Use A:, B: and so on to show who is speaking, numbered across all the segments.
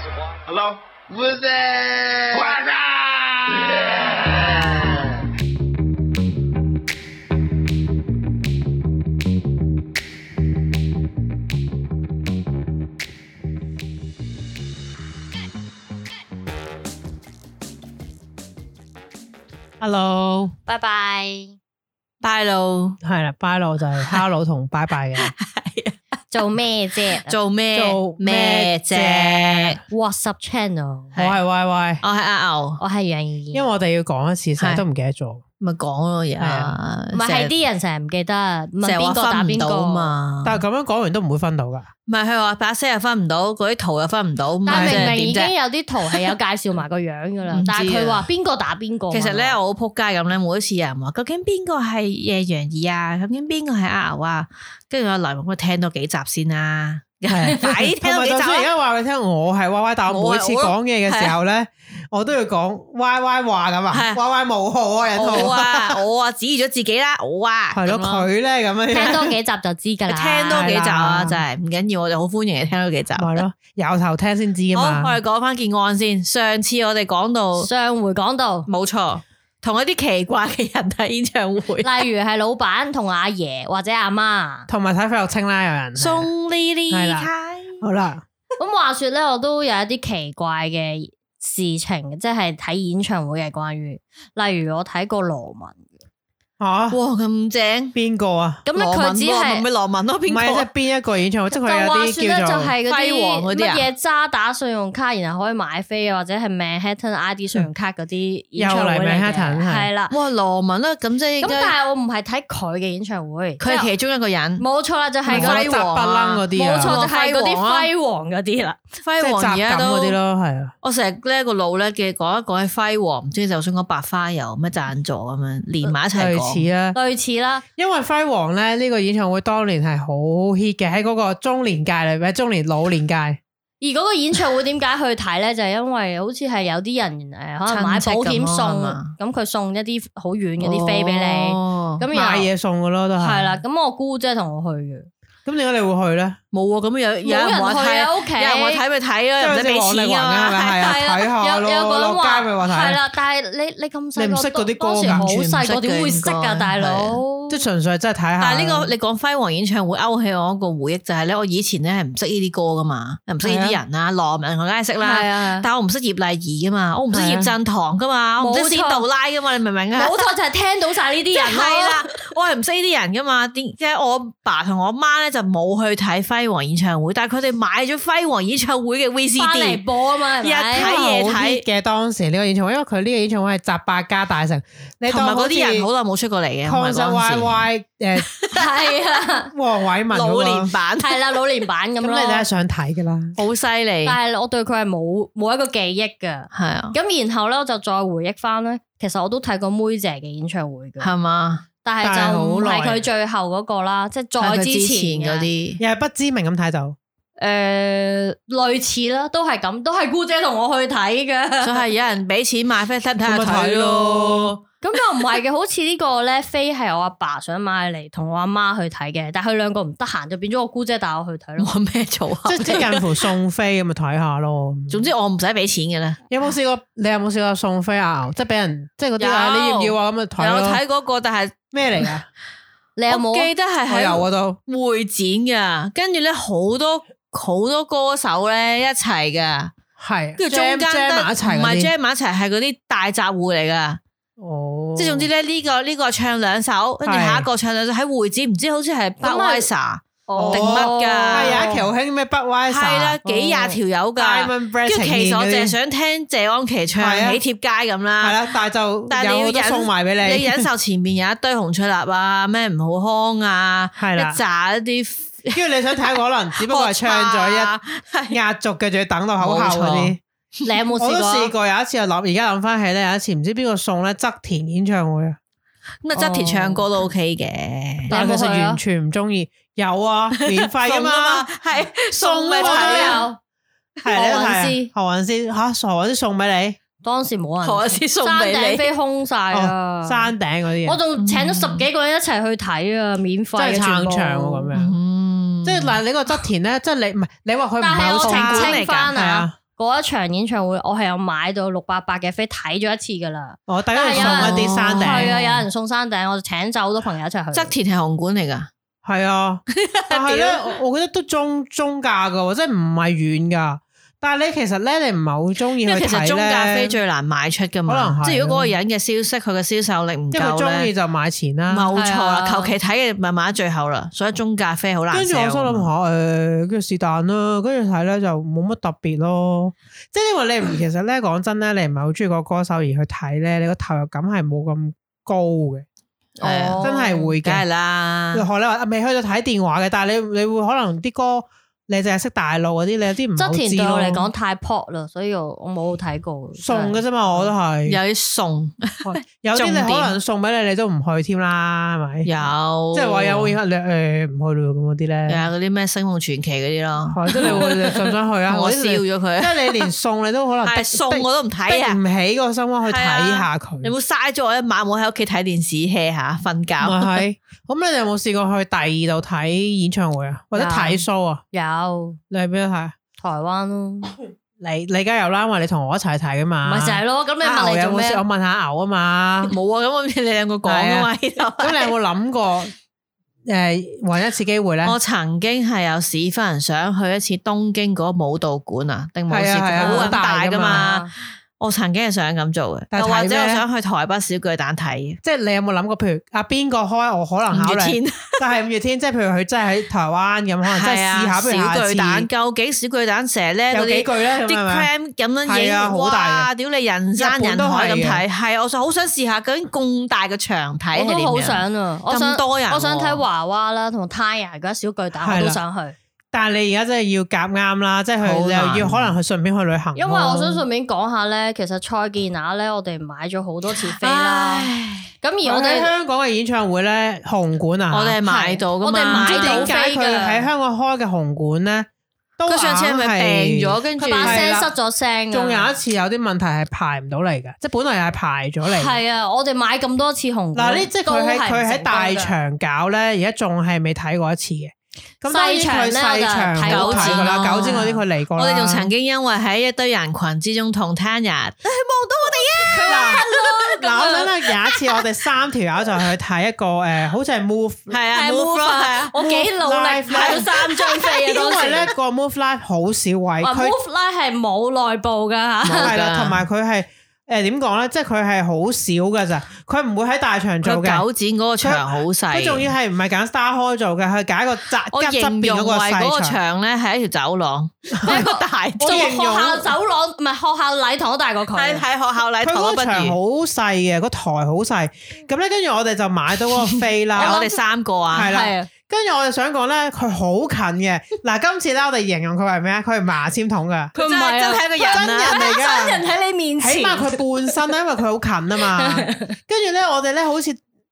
A: Hello?
B: What's that?
A: What's up?
C: Hello，
D: 拜拜。
C: 拜路系啦，拜路就 係 hello 同拜拜嘅，
D: 做咩啫
B: 啊 做咩？
C: 做咩啫？
D: ？WhatsApp channel，
C: 我係 Y Y，
B: 我係阿牛，
D: 我係楊怡，
C: 因為我哋要講一次，成日
B: 係哦
C: 都唔記得咗，
B: 咪講咯而家，
D: 唔係
B: 成日
D: 係啲人成日唔記得問
B: 成日
D: 邊
B: 話
D: 個打
B: 分唔
D: 邊
B: 到
D: 個
B: 啊。嘛。
C: 但係咁樣講完都唔會分到噶，
B: 唔係佢話把聲又分唔到，嗰啲圖又分唔到，
D: 但
B: 係
D: 係明明已
B: 點
D: 經
B: 啫？
D: 有啲圖係有介紹埋個樣噶啦
B: 唔，知啊
D: 但係佢話邊個打邊個。
B: 其實咧，我好仆街咁咧，每一次有人話究竟邊個係誒楊怡啊，究竟邊個係阿牛啊，跟住我嚟我聽多幾集先啦，
C: 係
B: 快啲
C: 同
B: 聽多
C: 埋
B: 幾
C: 就
B: 集
C: 算而
B: 啦。
C: 家話你聽，我係 Y Y，但我
B: 我
C: 每
B: 係
C: 次
B: 我咯
C: 講嘢嘅時候咧，我都要講 Y Y 話咁啊
B: 係
C: ，Y Y 無號啊，有
B: 我
C: 套
B: 啊，我啊，指住咗自己啦，我啊，
C: 係咯，
B: 咁咯
C: 佢咧咁樣
D: 聽多幾集就知㗎
B: 你
D: 啦。
B: 聽多幾集
C: 係啦
B: 啊，真係唔緊要，我哋好歡迎你聽多幾集。啊
C: 咪咯，由頭聽先知噶啊
B: 好，哦我
C: 嘛
B: 哋，講翻件案先。上次我哋講到，
D: 上回講 到，
B: 冇錯，同一啲奇怪嘅人睇演唱會，
D: 例如係老闆同阿爺或者阿媽。
C: 同埋睇費玉清啦，有人
B: 送呢
C: 係
B: 啲
C: 啦
B: 卡，
C: 好啦，
D: 咁話說咧，我都有一啲奇怪嘅事情，即係睇演唱會嘅關於，例如我睇過羅文，
C: 吓
B: 哇咁正！
C: 邊個啊？
D: 咁咧
B: 羅
D: 佢
B: 文
D: 只
B: 喎咪咪
D: 係
B: 羅文咯，
C: 唔係
B: 邊
C: 即
B: 個
C: 係
B: 啊？
C: 邊一個演唱會，即係
D: 就
C: 佢有
D: 話
C: 啲
D: 說咧，
C: 叫
D: 就
C: 做
D: 係嗰
B: 輝煌
D: 啲
B: 嗰啲
D: 乜
B: 啊
D: 嘢渣打信用卡，然後可以買飛啊，或者係 Manhattan ID 信用卡嗰
B: 嗯
D: 啲演
C: 又
D: 唱會
C: 嚟
D: 嚟
C: Manhattan，
D: 嘅，
C: 係
D: 係啦。
B: 哇羅文啦，咁即係應
D: 咁但
B: 該
D: 係我唔係睇佢嘅演唱會，
B: 佢係
D: 即係
B: 其中一個人，
D: 冇錯啦，就係嗰
B: 輝
D: 啲
B: 煌啊
C: 嗰啲
D: 冇
C: 啊，
D: 錯就係嗰啲
B: 輝煌啊
D: 輝煌嗰啲啦。
C: 即
B: 輝
C: 係啊
B: 煌
C: 雜
B: 而
C: 錦
B: 家
C: 嗰
B: 都
C: 啲。咯，係啊，
B: 我成日咧個腦咧嘅講一講起輝煌，唔知就算講百花油咩贊助咁樣連埋一齊
C: 類
B: 講，
C: 似啊。
D: 類似啦，
C: 因為輝煌咧呢個演唱會當年係好 hit 嘅，喺嗰個中年界裏邊，中年老年界
D: 而嗰個演唱會點解去睇咧？就係因為好似係有啲人誒，可能買
B: 親戚
D: 保
B: 咁咯啊
D: 險
B: 係
D: 送
B: 嘛，
D: 咁佢送一啲好遠嗰啲飛俾你，
B: 哦
D: 咁
C: 買
D: 然
C: 嘢送嘅咯，都
D: 後
C: 係。
D: 係啦，。咁我姑姐同我去嘅，
C: 咁點解你會去咧？
B: 冇啊，咁有有人話
D: 冇人去啊
B: 睇，
D: 屋企
B: 有人話睇咪睇
C: 即
B: 啊，
C: 係
B: 又
C: 好
B: 唔
C: 似王
B: 使俾
C: 力宏
B: 錢
C: 啊，
B: 啊
C: 係咪
B: 嘛。
C: 係啊？
D: 係
C: 睇下
D: 啦，有有
C: 咯，
D: 個人
C: 落
D: 話
C: 街咪話
D: 係
C: 睇，
D: 啦，但係你你咁細
C: 你唔
D: 個，
C: 識嗰啲歌
D: 當時
C: 㗎
D: 好
C: 完
D: 細
B: 全
D: 個，
B: 唔識
D: 點會識啊，
B: 嘅
D: 大佬？
C: 即係純粹真係睇下。
D: 啊
B: 但係呢個你講輝煌演唱會勾起我一個回憶，就係咧，我以前咧係唔識呢啲歌噶嘛，唔識呢啲人啊啦，羅文我梗係識啦，
D: 啊，
B: 但我唔識葉麗儀噶嘛，我唔識葉振棠噶嘛，我唔識
D: 冇錯
B: 仙杜拉噶嘛，你明唔明啊
D: 冇？錯就係聽到晒呢啲
B: 即
D: 人
B: 係啦
D: 咯，，
B: 我係唔識呢啲人噶嘛，點即係我阿爸同我阿媽咧就冇去睇輝煌演唱會，但係佢哋買咗輝煌演唱會嘅
D: 翻
B: VCD，
D: 嚟播啊嘛，係
B: 日
D: 咪
B: 睇？嘢
C: 好
B: 睇
C: hit 嘅當時呢個演唱會，因為佢呢個演唱會係集百家大成，你
B: 同埋
C: 當
B: 嗰啲人好
C: 好
B: 耐冇出過嚟嘅，
C: 似 concert
B: 唔係嗰
C: Y
B: 陣時
C: Y 誒
D: 係啊，
C: 黃偉文嗰
B: 老
C: 個
B: 年版，
D: 係啦，老年版咁
C: 咁
D: 咯。
C: 你梗係想睇噶啦。
B: 好犀利，係
D: 但係我對佢係冇冇一個記憶噶。
B: 啊，
D: 咁然後咧，我就再回憶翻咧，其實我都睇過妹姐嘅演唱會嘅，
B: 係嘛？
D: 但係
C: 但係
D: 就唔
C: 好耐
D: 係
C: 啊
D: 佢最後嗰個啦，即係
B: 係
D: 再
B: 佢
D: 之
B: 前嗰
D: 嗰啲，
B: 啲。
C: 又係不知名咁睇 就，
D: 誒呃類似啦，都係咁，都係姑姐同我去睇嘅。
B: 就係有人俾錢買飛睇唔睇
C: 咁咪
B: 下
C: 睇
B: 睇
C: 咯
B: 咯，
D: 咁又唔係嘅，好似呢個咧飛係我阿爸想買嚟同我阿媽去睇嘅，但係佢兩個唔得閒，就變咗我姑姐帶我去睇咯。
B: 我咩啊組合？
C: 即係即 係近乎送飛咁咪睇下咯。
B: 總之我唔使俾錢嘅咧。
C: 有冇試過？你有冇試過送飛啊？牛即係俾人即係嗰啲啊，
B: 有
C: 你要唔要啊？咁咪
B: 有
C: 睇咯。
B: 睇嗰個，但係
C: 咩嚟噶？
D: 你有冇
B: 我記
D: 啊？
B: 得係
C: 我有
B: 喺
C: 啊都。
B: 會展噶，跟住咧好多好多歌手咧一齊噶，
C: 係，
B: 跟住中
C: jam-
B: 間
C: jam 埋一齊
B: 唔
C: 嗰
B: 係
C: 啲
B: jam 啊埋一齊，係嗰啲大集會嚟噶。
C: 哦，
B: 即係總之咧，呢個呢個唱兩首，跟住
C: 係
B: 下一個唱兩首，喺會展唔知好似係
D: 咪
B: b u d w e i s e r
C: 哦
B: 定乜㗎
D: 啊
C: 係有一期好興咩北威
B: 係啦，幾廿條友㗎。
C: Diamond
B: 跟
C: Breath
B: 住
C: 呈
B: 其
C: 現
B: 實我
C: 嗰
B: 淨係
C: 啲，
B: 想聽謝安琪唱
C: 係啊
B: 《喜帖街》咁
C: 係
B: 啦。
C: 啦，但係
B: 但係
C: 就有
B: 你要
C: 好多
B: 忍
C: 送埋俾
B: 你
C: 你，
B: 忍受前面有一堆紅翠蠟 啊，咩唔好康啊，
C: 係啦
B: 一扎一啲啊
C: 跟住你想睇可 能只不過係唱咗一壓軸嘅，仲要等到口後嗰啲。
D: 你有冇
C: 我都試
D: 試過？啊
C: 過有一次，我諗而家諗翻起咧，有一次唔知邊個送咧側田演唱會啊，
B: 咁啊，側田唱歌都 OK 嘅，
C: 但係其實
D: 你有冇去啊
C: 完全唔中意。有 啊，免費噶
B: 送
C: 嘛
B: 啊，係
C: 送
B: 送咪
C: 啊
D: 我
B: 睇
D: 都
B: 啊，
D: 有。
C: 係啊咧
D: 何韻
C: 係
D: 詩
C: 何韻詩吓，何韻詩送俾
D: 當時冇人，
B: 何
C: 哦
B: 韻詩送俾你
D: 山頂飛空晒
C: 你，哦
D: 啊！
C: 山頂嗰啲
D: 我
C: 嘢，
D: 仲請咗十幾個人一齊去睇啊，免費嘅
C: 真係
D: 全部
C: 撐場喎咁樣。
B: 嗯
C: 即係嗱，你個側田咧，即係你唔係你話佢唔
D: 但
C: 係
D: 係
C: 好
D: 我
C: 送
B: 情
C: 啊
B: 管
D: 澄
B: 嚟㗎
D: 清翻
C: 係
D: 啊，
C: 啊，
D: 嗰一場演唱會，我係有買到六百八嘅飛睇咗一次噶啦。
C: 我第一日送一啲山
B: 頂
D: 係啊，
C: 頂，
D: 有人送山頂，我就請走好多朋友一齊去。
B: 側田係紅館嚟㗎，
C: 係啊，但係咧，
D: 啊
C: 我我覺得都中中價噶，即係唔係遠噶。但係你其實咧，你唔係好中意
B: 因
C: 去
B: 為其
C: 睇
B: 實中價飛
C: 咧，
B: 最難賣出㗎
C: 可能
B: 嘛。
C: 係
B: 即係如果嗰個人嘅消息，佢嘅銷售力唔
C: 因為
B: 夠
C: 中意
B: 咧，
C: 就買前啦。
B: 冇錯
D: 係
B: 啦。
D: 啊
B: 求其睇嘅咪買喺最後啦，所以中價飛好難 sell。啊
C: 跟住我心諗
B: 係
C: 下，誒，跟住是但啦，跟住睇咧就冇乜特別咯。即係因為你唔，其實咧講真咧，你唔係好中意個歌手而去睇咧，你個投入感係冇咁高嘅，
B: 啊
D: 哦
C: 真係會
B: 梗係
C: 嘅。
B: 啦，
C: 學你話未去到睇電話嘅，但係你你會可能啲歌你淨係識大陸嗰啲，你有啲唔係
D: 側
C: 好
D: 田對我嚟
C: 知咯
D: 講。太 pop 啦，所以我我冇睇過。
C: 送嘅
D: 真係
C: 啫嘛，我都係
B: 有啲 送
C: 有啲你
B: 重點
C: 可能送俾你，你都唔去添啦，係咪？
B: 有，
C: 即
B: 即
C: 係話有冇影響你誒唔去咯咁嗰啲
B: 有
C: 咧，
B: 啊嗰啲咩星夢傳奇嗰啲咯，
C: 係即係你會想唔想去 啊？
B: 我
C: 或
B: 笑
C: 者你
B: 咗
C: 即
B: 佢，
C: 係你連送你都可能逼
B: 係送我都唔睇
C: 逼
B: 啊！
C: 唔起個心去睇下佢，
B: 你冇嘥咗我一晚，我喺屋企睇電視 hea 下 瞓
C: 咪
B: 覺。。
C: 啊係？咁你有冇試過去第二度睇演唱會啊，或者睇 show 啊？
D: 有
C: 你去邊度睇啊？
D: 台灣咯，
C: 你你梗有啦，因為你同我一齊睇噶嘛。
D: 咪就係咯。咁你
C: 啊
D: 問你
C: 牛有
D: 做
C: 冇
D: 咩
C: 試？我問下牛啊嘛
B: 冇啊，咁我你兩個講啊嘛呢度。
C: 咁 你有冇諗過誒揾一次機會咧？
B: 我曾經係有屎忽人想去一次東京嗰個舞蹈館啊，定舞
C: 係
B: 事
C: 啊係啊
B: 好
C: 好
B: 撚
C: 大
B: 大
C: 㗎
B: 噶
C: 嘛
B: 嘛。我曾經係想咁做嘅，
C: 但係
B: 又或
C: 睇咩
B: 者
C: 呢
B: 我想去台北小巨蛋睇
C: 即係你有冇諗過，譬如啊邊個開，我可啊能考
B: 五月
C: 慮，
B: 天。
C: 就係五月天，即係譬如佢真係喺台灣咁，可能真係
B: 係
C: 試下，
B: 啊，
C: 譬如下
B: 小巨蛋
C: 次
B: 究竟小巨蛋成日咧嗰
C: 有幾
B: 啲
C: 句咧，咁
B: 啲
C: 係咪？
B: cram 咁樣
C: 係啊
B: 影，
C: 好大
B: 哇！屌你人山
C: 日本都
B: 人海
C: 係
B: 咁
C: 嘅
B: 睇，係啊我想好想試下究竟咁大嘅場睇
D: 我
B: 係
D: 都
B: 點
D: 好
B: 樣。
D: 想啊！我
B: 咁
D: 想
B: 多人喎
D: 我想睇娃娃啦，同 Taya 嗰啲小巨蛋，
C: 係
D: 我
C: 啦
D: 都想去。
C: 但係你而家真係要夾啱啦，即係佢
B: 好
C: 你又要
B: 難啊
C: 可能去順便去旅行咯。
D: 因為我想順便講下咧，其實蔡健雅咧，我哋買咗好多次飛啦。
B: 唉
D: 咁而我
C: 我哋
D: 哋
C: 香港嘅演唱會咧，紅館啊，
B: 我哋係買到噶
D: 我哋
B: 嘛？
D: 買
C: 唔知
D: 到
C: 點解佢喺香港開嘅紅館咧，都
B: 佢上次係咪病咗？
C: 硬係？
B: 跟住
D: 佢把
C: 係
D: 聲
C: 啦
D: 失咗聲啊
C: 仲有一次有啲問題係排唔到嚟嘅，即係本來係排咗嚟嘅。
D: 係啊，我哋買咁多次紅
C: 嗱，
D: 館
C: 呢即係佢喺
D: 都係唔
C: 佢喺
D: 成功
C: 大
D: 㗎
C: 場搞咧，而家仲係未睇過一次嘅。咁當然
D: 細場
C: 佢
D: 咧
C: 細場
D: 我就睇
C: 有
B: 過
C: 睇過啦，
B: 啦
C: 九展嗰啲佢嚟過啦。
B: 我哋仲曾經因為喺一堆人群之中同 Tanya，你望到我
C: 嗱，嗱我
B: 哋
C: 想咧有一次我哋三條友就去睇一個誒，好似係 Move，
B: 係啊
D: 係
B: move
D: move
B: 咯
D: 啊
B: 係啊
D: 我幾努力
C: Live
D: 買到三張飛啊！
C: 因
D: 當
C: 為
D: 時
C: 咧個 Move Live 好少
D: 話
C: 位，佢
D: move line 係冇內部噶
B: 冇㗎
C: 係啦，同埋佢係誒點講咧，即係佢係好少噶咋，佢唔會喺大場做
B: 佢
C: 嘅。
B: 九展嗰個場好細，
C: 佢仲要係唔係揀 Star 開做嘅，佢揀一個
B: 我
C: 側側側
B: 形
C: 邊
B: 容
C: 嗰
B: 為
C: 個
B: 嗰個
C: 細場。
B: 場咧係一條 走廊，一個大
D: 我
C: 我
D: 學
C: 形容
D: 校走廊唔係學校禮堂都大過佢
B: 係。係學校禮
C: 佢
B: 堂
C: 嗰
B: 都
C: 個
B: 啊不
C: 場好
B: 如。
C: 細嘅，個台好細。咁咧，跟住我哋就買到嗰個飛
B: 係
C: 啦
B: 我。哋三個啊
C: 係，啦
D: 係啊
C: 跟住我哋想講咧，佢好近嘅。嗱，今次咧我哋形容佢為咩啊？佢係牙籤筒噶，
D: 佢唔係啊
B: 真係一個
C: 真
B: 人
C: 人
B: 啊！
C: 嚟
D: 真
C: 噶。
D: 人喺你面前，
C: 起碼佢半身啦，因為佢好近啊 嘛。跟住咧，我哋咧好似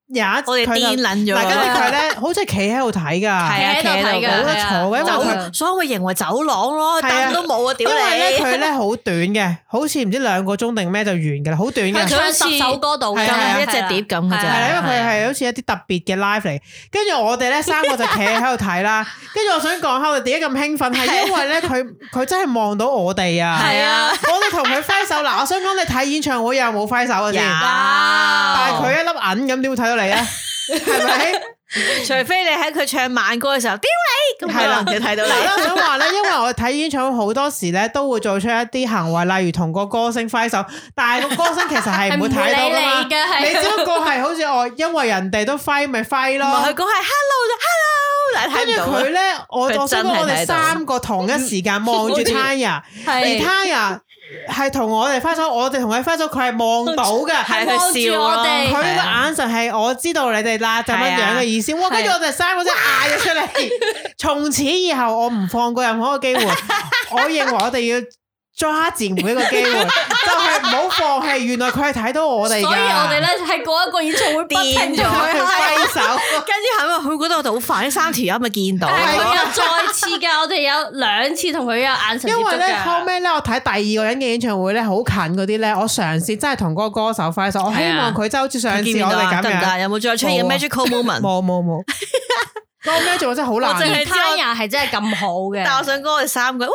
C: 有一
B: 我哋
C: 佢就
B: 癲撚咗
C: 嗱，跟住
B: 啦，
C: 佢咧好似係企喺度睇
B: 係
C: 㗎。
B: 啊
D: 企喺度睇
B: 企喺
D: 㗎，
B: 度
C: 冇得坐嘅因為
D: 係
C: 佢
D: 啊
B: 走所以我認為走廊咯，
C: 係啊
B: 凳都冇啊！
C: 因
B: 屌
C: 為咧
B: 你，
C: 佢咧好短嘅，好似唔知兩個鐘定咩就完㗎啦，好短
D: 佢
C: 嘅。
D: 唱十首歌度
C: 啊係啊
D: 嘅，
B: 一隻碟咁嘅
D: 係
B: 啫，
C: 係
D: 啊
C: 啦，因為佢係好似一啲特別嘅 live 嚟，跟住我哋咧三個就企喺度睇啦。跟住我想講下我哋點解咁興奮，係因為咧佢佢真係望到我哋啊！
B: 啊係啊
C: 我哋同佢揮手嗱，我想講你睇演唱會有冇揮手嘅
B: 有
C: 先？但係佢一粒銀咁點會睇到你啊？係咪？
B: 除非你喺佢唱慢歌嘅時候，屌你咁
C: 係啦
B: 可能就睇到
C: 嗱，
B: 你。
C: 我想話咧，因為我睇演唱會好多時咧，都會做出一啲行為，例如同個歌星揮手，但係個歌星其實係唔會睇到噶嘛。
D: 係唔會理你嘅
C: 你
D: 係
C: 只不過係好似我，因為人哋都揮咪揮
B: 同埋
C: 咯
B: 佢。講係 hello 就 hello，但係
C: 跟住
B: 睇唔到啊
C: 佢。咧，我
B: 佢
C: 我想
B: 真
C: 講
B: 係
C: 我哋
B: 睇到
C: 三個同一時間望住 Tanya，而
D: 係
C: Tanya 係同我哋揮手，我哋同佢揮手，佢係望到嘅。
B: 係
D: 望住
B: 佢笑
D: 我
B: 咯
D: 哋
C: 佢
B: 係
C: 個
B: 啊
C: 眼神係我知道你哋啦，咁樣樣嘅意思。哇！跟住我哋三個真係嗌咗出嚟，從此以後我唔放過任何一個機會。我認為我哋要抓住每一個機會，就係唔好放棄。原來佢係睇到我哋㗎，啊
D: 所以我哋咧喺嗰一個演唱會不停
B: 癲咗
D: 咗。
C: 佢揮手。
B: 跟住係咪佢覺得我哋好煩？呢三條友咪見到
D: 但係佢
B: 啊，
D: 又再次噶，我哋有兩次同佢有眼神接
C: 因為
D: 觸
C: 咧後
D: 噶。
C: 尾咧，我睇第二個人嘅演唱會咧，好近嗰啲咧，我嘗試真係同嗰個歌手揮手，我希望佢真係好似上
B: 見
C: 次
B: 唔
C: 我
B: 到
C: 哋
B: 啊？
C: 咁
B: 得唔
C: 樣
B: 得？。有冇再出現
C: 冇啊
B: magical moment？
C: 冇冇冇，嗰個咩做真係好
D: 我
C: 難
D: 淨
C: 嘅。
D: 係 Tanya 係真係咁好嘅，
B: 但我想講我哋三個，哇！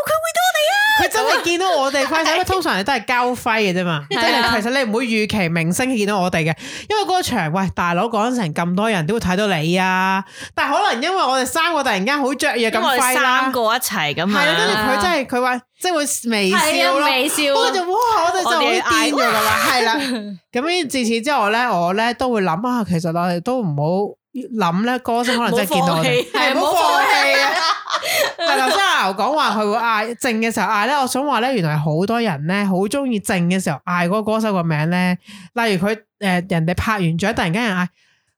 B: 佢
C: 佢真係見到我哋快 手，因為通常你都係交輝嘅啫嘛，即
D: 係啊
C: 係其實你唔會預期明星見到我哋嘅，因為嗰個場，喂大佬講成咁多人，點會睇到你啊？但係可能因為我哋三個突然間好雀躍
B: 因為我
C: 咁
B: 哋
C: 輝啦
B: 三，個一齊咁
C: 係啦，跟住
B: 啊，
C: 佢真係佢話即係會微
D: 係
C: 笑
D: 啊，
C: 咯。
D: 微笑
C: 不過就
D: 啊。
C: 哇，我哋就好癲咗 啦，係啦。咁樣自此之後咧，我咧都會諗啊，其實我哋都唔好諗咧，歌星可能真係見到我哋，
B: 唔好放棄
C: 係唔好放棄啊！但頭先阿牛講話佢會嗌靜嘅時候嗌咧，我想話咧，原來好多人咧好中意靜嘅時候嗌嗰個歌手個名咧，例如佢誒、呃人哋拍完獎，突然間人嗌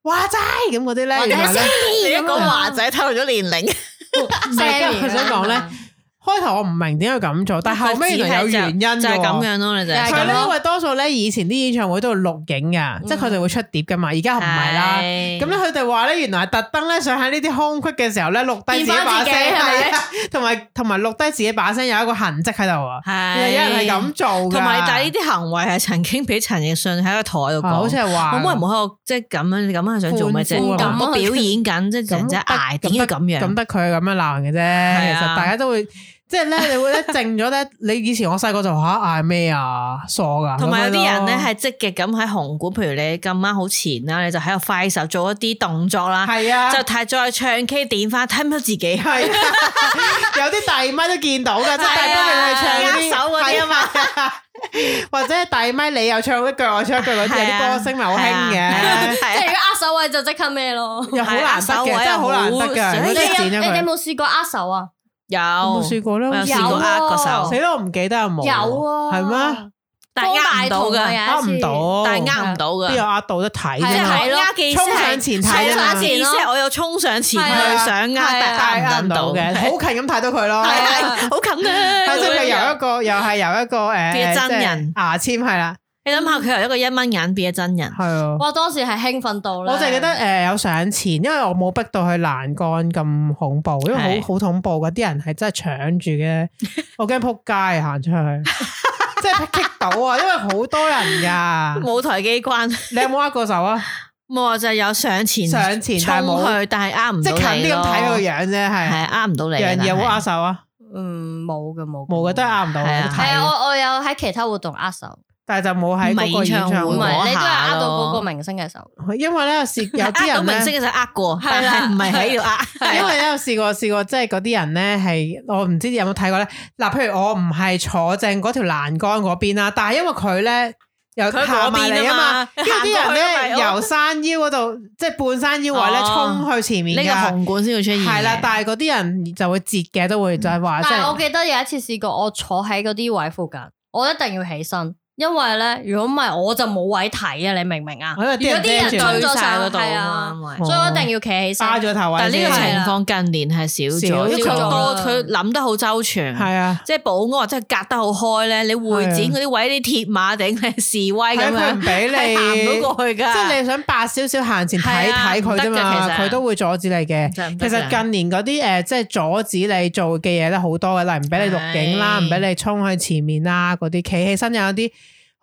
C: 華仔咁嗰啲咧，原來咧
B: 你一講華仔透露咗年齡，
C: 唔係跟住我想講咧，開頭我唔明點解要咁做，但後尾原來有原因㗎喎
B: 就係咁樣咯，你就
D: 係
C: 係
D: 咁
C: 咧，
D: 咯
C: 因為多數咧以前啲演唱會都會錄影噶，
B: 嗯
C: 即係佢哋會出碟噶嘛，而啊家唔係啦。咁咧，佢哋話咧，原來係特登咧，想喺呢啲空隙嘅時候咧，錄低自己把
D: 變返自己
C: 聲，
D: 係咪
C: 係啊，同埋同埋錄低自己把聲有一個痕跡喺度啊。原來
B: 係
C: 有人係咁做㗎
B: 同埋但係呢啲行為係曾經俾陳奕迅喺個台度
C: 啊好
B: 講
C: 似。係話
B: 可唔可以唔好喺度即係咁樣？你咁樣係想做咩啫？
C: 歡呼
D: 啊
B: 咁我表演緊，即係
C: 咁
B: 人
C: 得
B: 仔捱，啊點解咁
C: 咁
B: 樣？
C: 得佢咁樣鬧人嘅啫。
B: 係啊
C: 其實大家都會即係咧，你會咧靜咗咧。你以前我細個就嚇嗌咩啊，傻㗎。
B: 同埋有啲人咧
C: 咁樣咯
B: 係積極咁喺紅館，譬如你咁啱好前啦，你就喺度揮手做一啲動作啦，
C: 係啊，
B: 就太再唱 K 點翻，睇唔到自己。
C: 係啊有啲大咪都見到㗎，即係大咪你去唱
B: 握手嗰啲啊嘛
C: 嘛，或者大咪你又唱一句，我唱一句嗰啲，有啲歌星咪好興
B: 啊
C: 嘅，啊
D: 即係如
B: 嘅。
D: 果握手位就即刻咩咯？
C: 又好難得
B: 係啊手
C: 嘅，
B: 位又
C: 真係好難得
B: 好
C: 嘅，
B: 你
D: 你
C: 即係剪
D: 有
C: 咗
D: 你哋有
C: 佢。
D: 冇試過握手啊？
B: 有
C: 我冇試過咧，
B: 我有啊
C: 好似
B: 試過握個
D: 有
B: 手
D: 喎，
C: 死啦！我唔記得有冇，
D: 有啊，
C: 係咩？
B: 但係呃唔
D: 方
B: 到
D: 大同
B: 㗎，
D: 啊
C: 呃
D: 有一
C: 唔
D: 次
C: 到，
B: 但係呃唔到㗎
C: 邊有呃到得睇
B: 即
D: 係
C: 啫
D: 啊
C: 嘛
D: 係？
B: 係
D: 咯
B: 呃嘅意思
C: 衝上前睇
B: 係
D: 啫嘛
B: 衝上
C: 啊
B: 前啊意思係我有衝上前
D: 係
B: 去
D: 啊
B: 想呃，
D: 係啊
B: 但係呃唔到
C: 嘅，好近咁睇到佢咯。
B: 係
D: 啊
B: 好 近啊！
C: 係即係
B: 咁樣
C: 由一個又係由一個誒，
B: 變咗真
C: 即係
B: 人
C: 牙籤係啦，
B: 你諗下，佢由一個一蚊銀變咗真人，
C: 係啊。
D: 我當時係興奮到咧，
C: 我就記得誒、呃有上前，因為我冇逼到去欄杆咁恐怖，因為
B: 係
C: 好好恐怖嘅，啲人係真係搶住 嘅，我驚撲街啊行出去， 即係棘到啊！因為好多人㗎，
B: 舞台機關，
C: 你有冇握過手啊？
B: 冇啊就係有上前
C: 上前
B: 衝
C: 但係冇
B: 去，但係呃唔
C: 即
B: 到
C: 係近啲咁睇佢個
B: 樣，
C: 樣啫，係。
B: 係呃唔到你㗎。
C: 楊怡有
B: 但係
C: 冇握手啊？
D: 嗯冇嘅冇
C: 冇嘅，都係握唔到
B: 係
C: 嘅，都
B: 啊
D: 係啊，
C: 睇，
D: 我我有喺其他活動握手，
C: 但係就冇喺嗰個
B: 唔係
C: 演
B: 演唱
C: 唱
D: 唔
B: 會
C: 會。
D: 係你都係
B: 下
D: 握到
B: 咯
D: 嗰個明星嘅手，
C: 因為咧有時有啲
B: 呃到
C: 人
B: 明
C: 咧
B: 星。嘅就呃過，但係唔係喺度呃。
C: 因為咧有試過試過，即係嗰啲人咧係我唔知有冇睇過咧。嗱，譬如我唔係坐正嗰條欄杆嗰邊啦，但係因為佢咧又
B: 佢嗰邊
C: 行埋嚟啊嘛
B: 啊嘛，
C: 跟住啲人
B: 行過去
C: 咧
B: 咪哦
C: 由山腰嗰度即係半山腰位咧
B: 哦
C: 衝去前面
B: 呢個
C: 㗎，
B: 紅嗯館先會出現嘅，
C: 係啦。但係嗰啲人就會截嘅，都會就係啊話即
D: 但係我
C: 係
D: 記得有一次試過，我坐喺嗰啲位附近，我一定要起身，因為咧如果唔係我就冇位睇啊，你明唔明啊？
C: 因為
D: 如果啲人
C: 遮住
D: 對
B: 對
D: 咗
B: 晒
D: 上
B: 嗰度
D: 係
B: 啊
D: 啊，
B: 嘛，因
C: 哦
B: 為
D: 所以我一定要企起身。
C: 霸咗頭位啊
B: 但係呢個
C: 先
D: 係
B: 情
D: 啦
B: 況近年係少
C: 少
B: 咗，
C: 咗
B: 佢多
D: 啦
B: 佢諗得好周全，
C: 係啊。
B: 即係保安或者係隔得好開咧，你會展嗰啲位啲鐵馬頂咧示威咁
C: 係啊佢唔
B: 樣，
C: 俾
B: 係行
C: 你
B: 唔到過去
C: 即
B: 㗎。
C: 係你想白少少行前睇
B: 係啊
C: 睇佢啫
B: 唔
C: 嘛，
B: 得㗎其實
C: 佢都會阻止你嘅。
B: 真係唔
C: 其
B: 得㗎
C: 實近年嗰啲誒，即係阻止你做嘅嘢咧好多嘅，例如唔俾你錄影啦，
B: 係
C: 唔俾你衝去前面啦，嗰啲企起身有啲，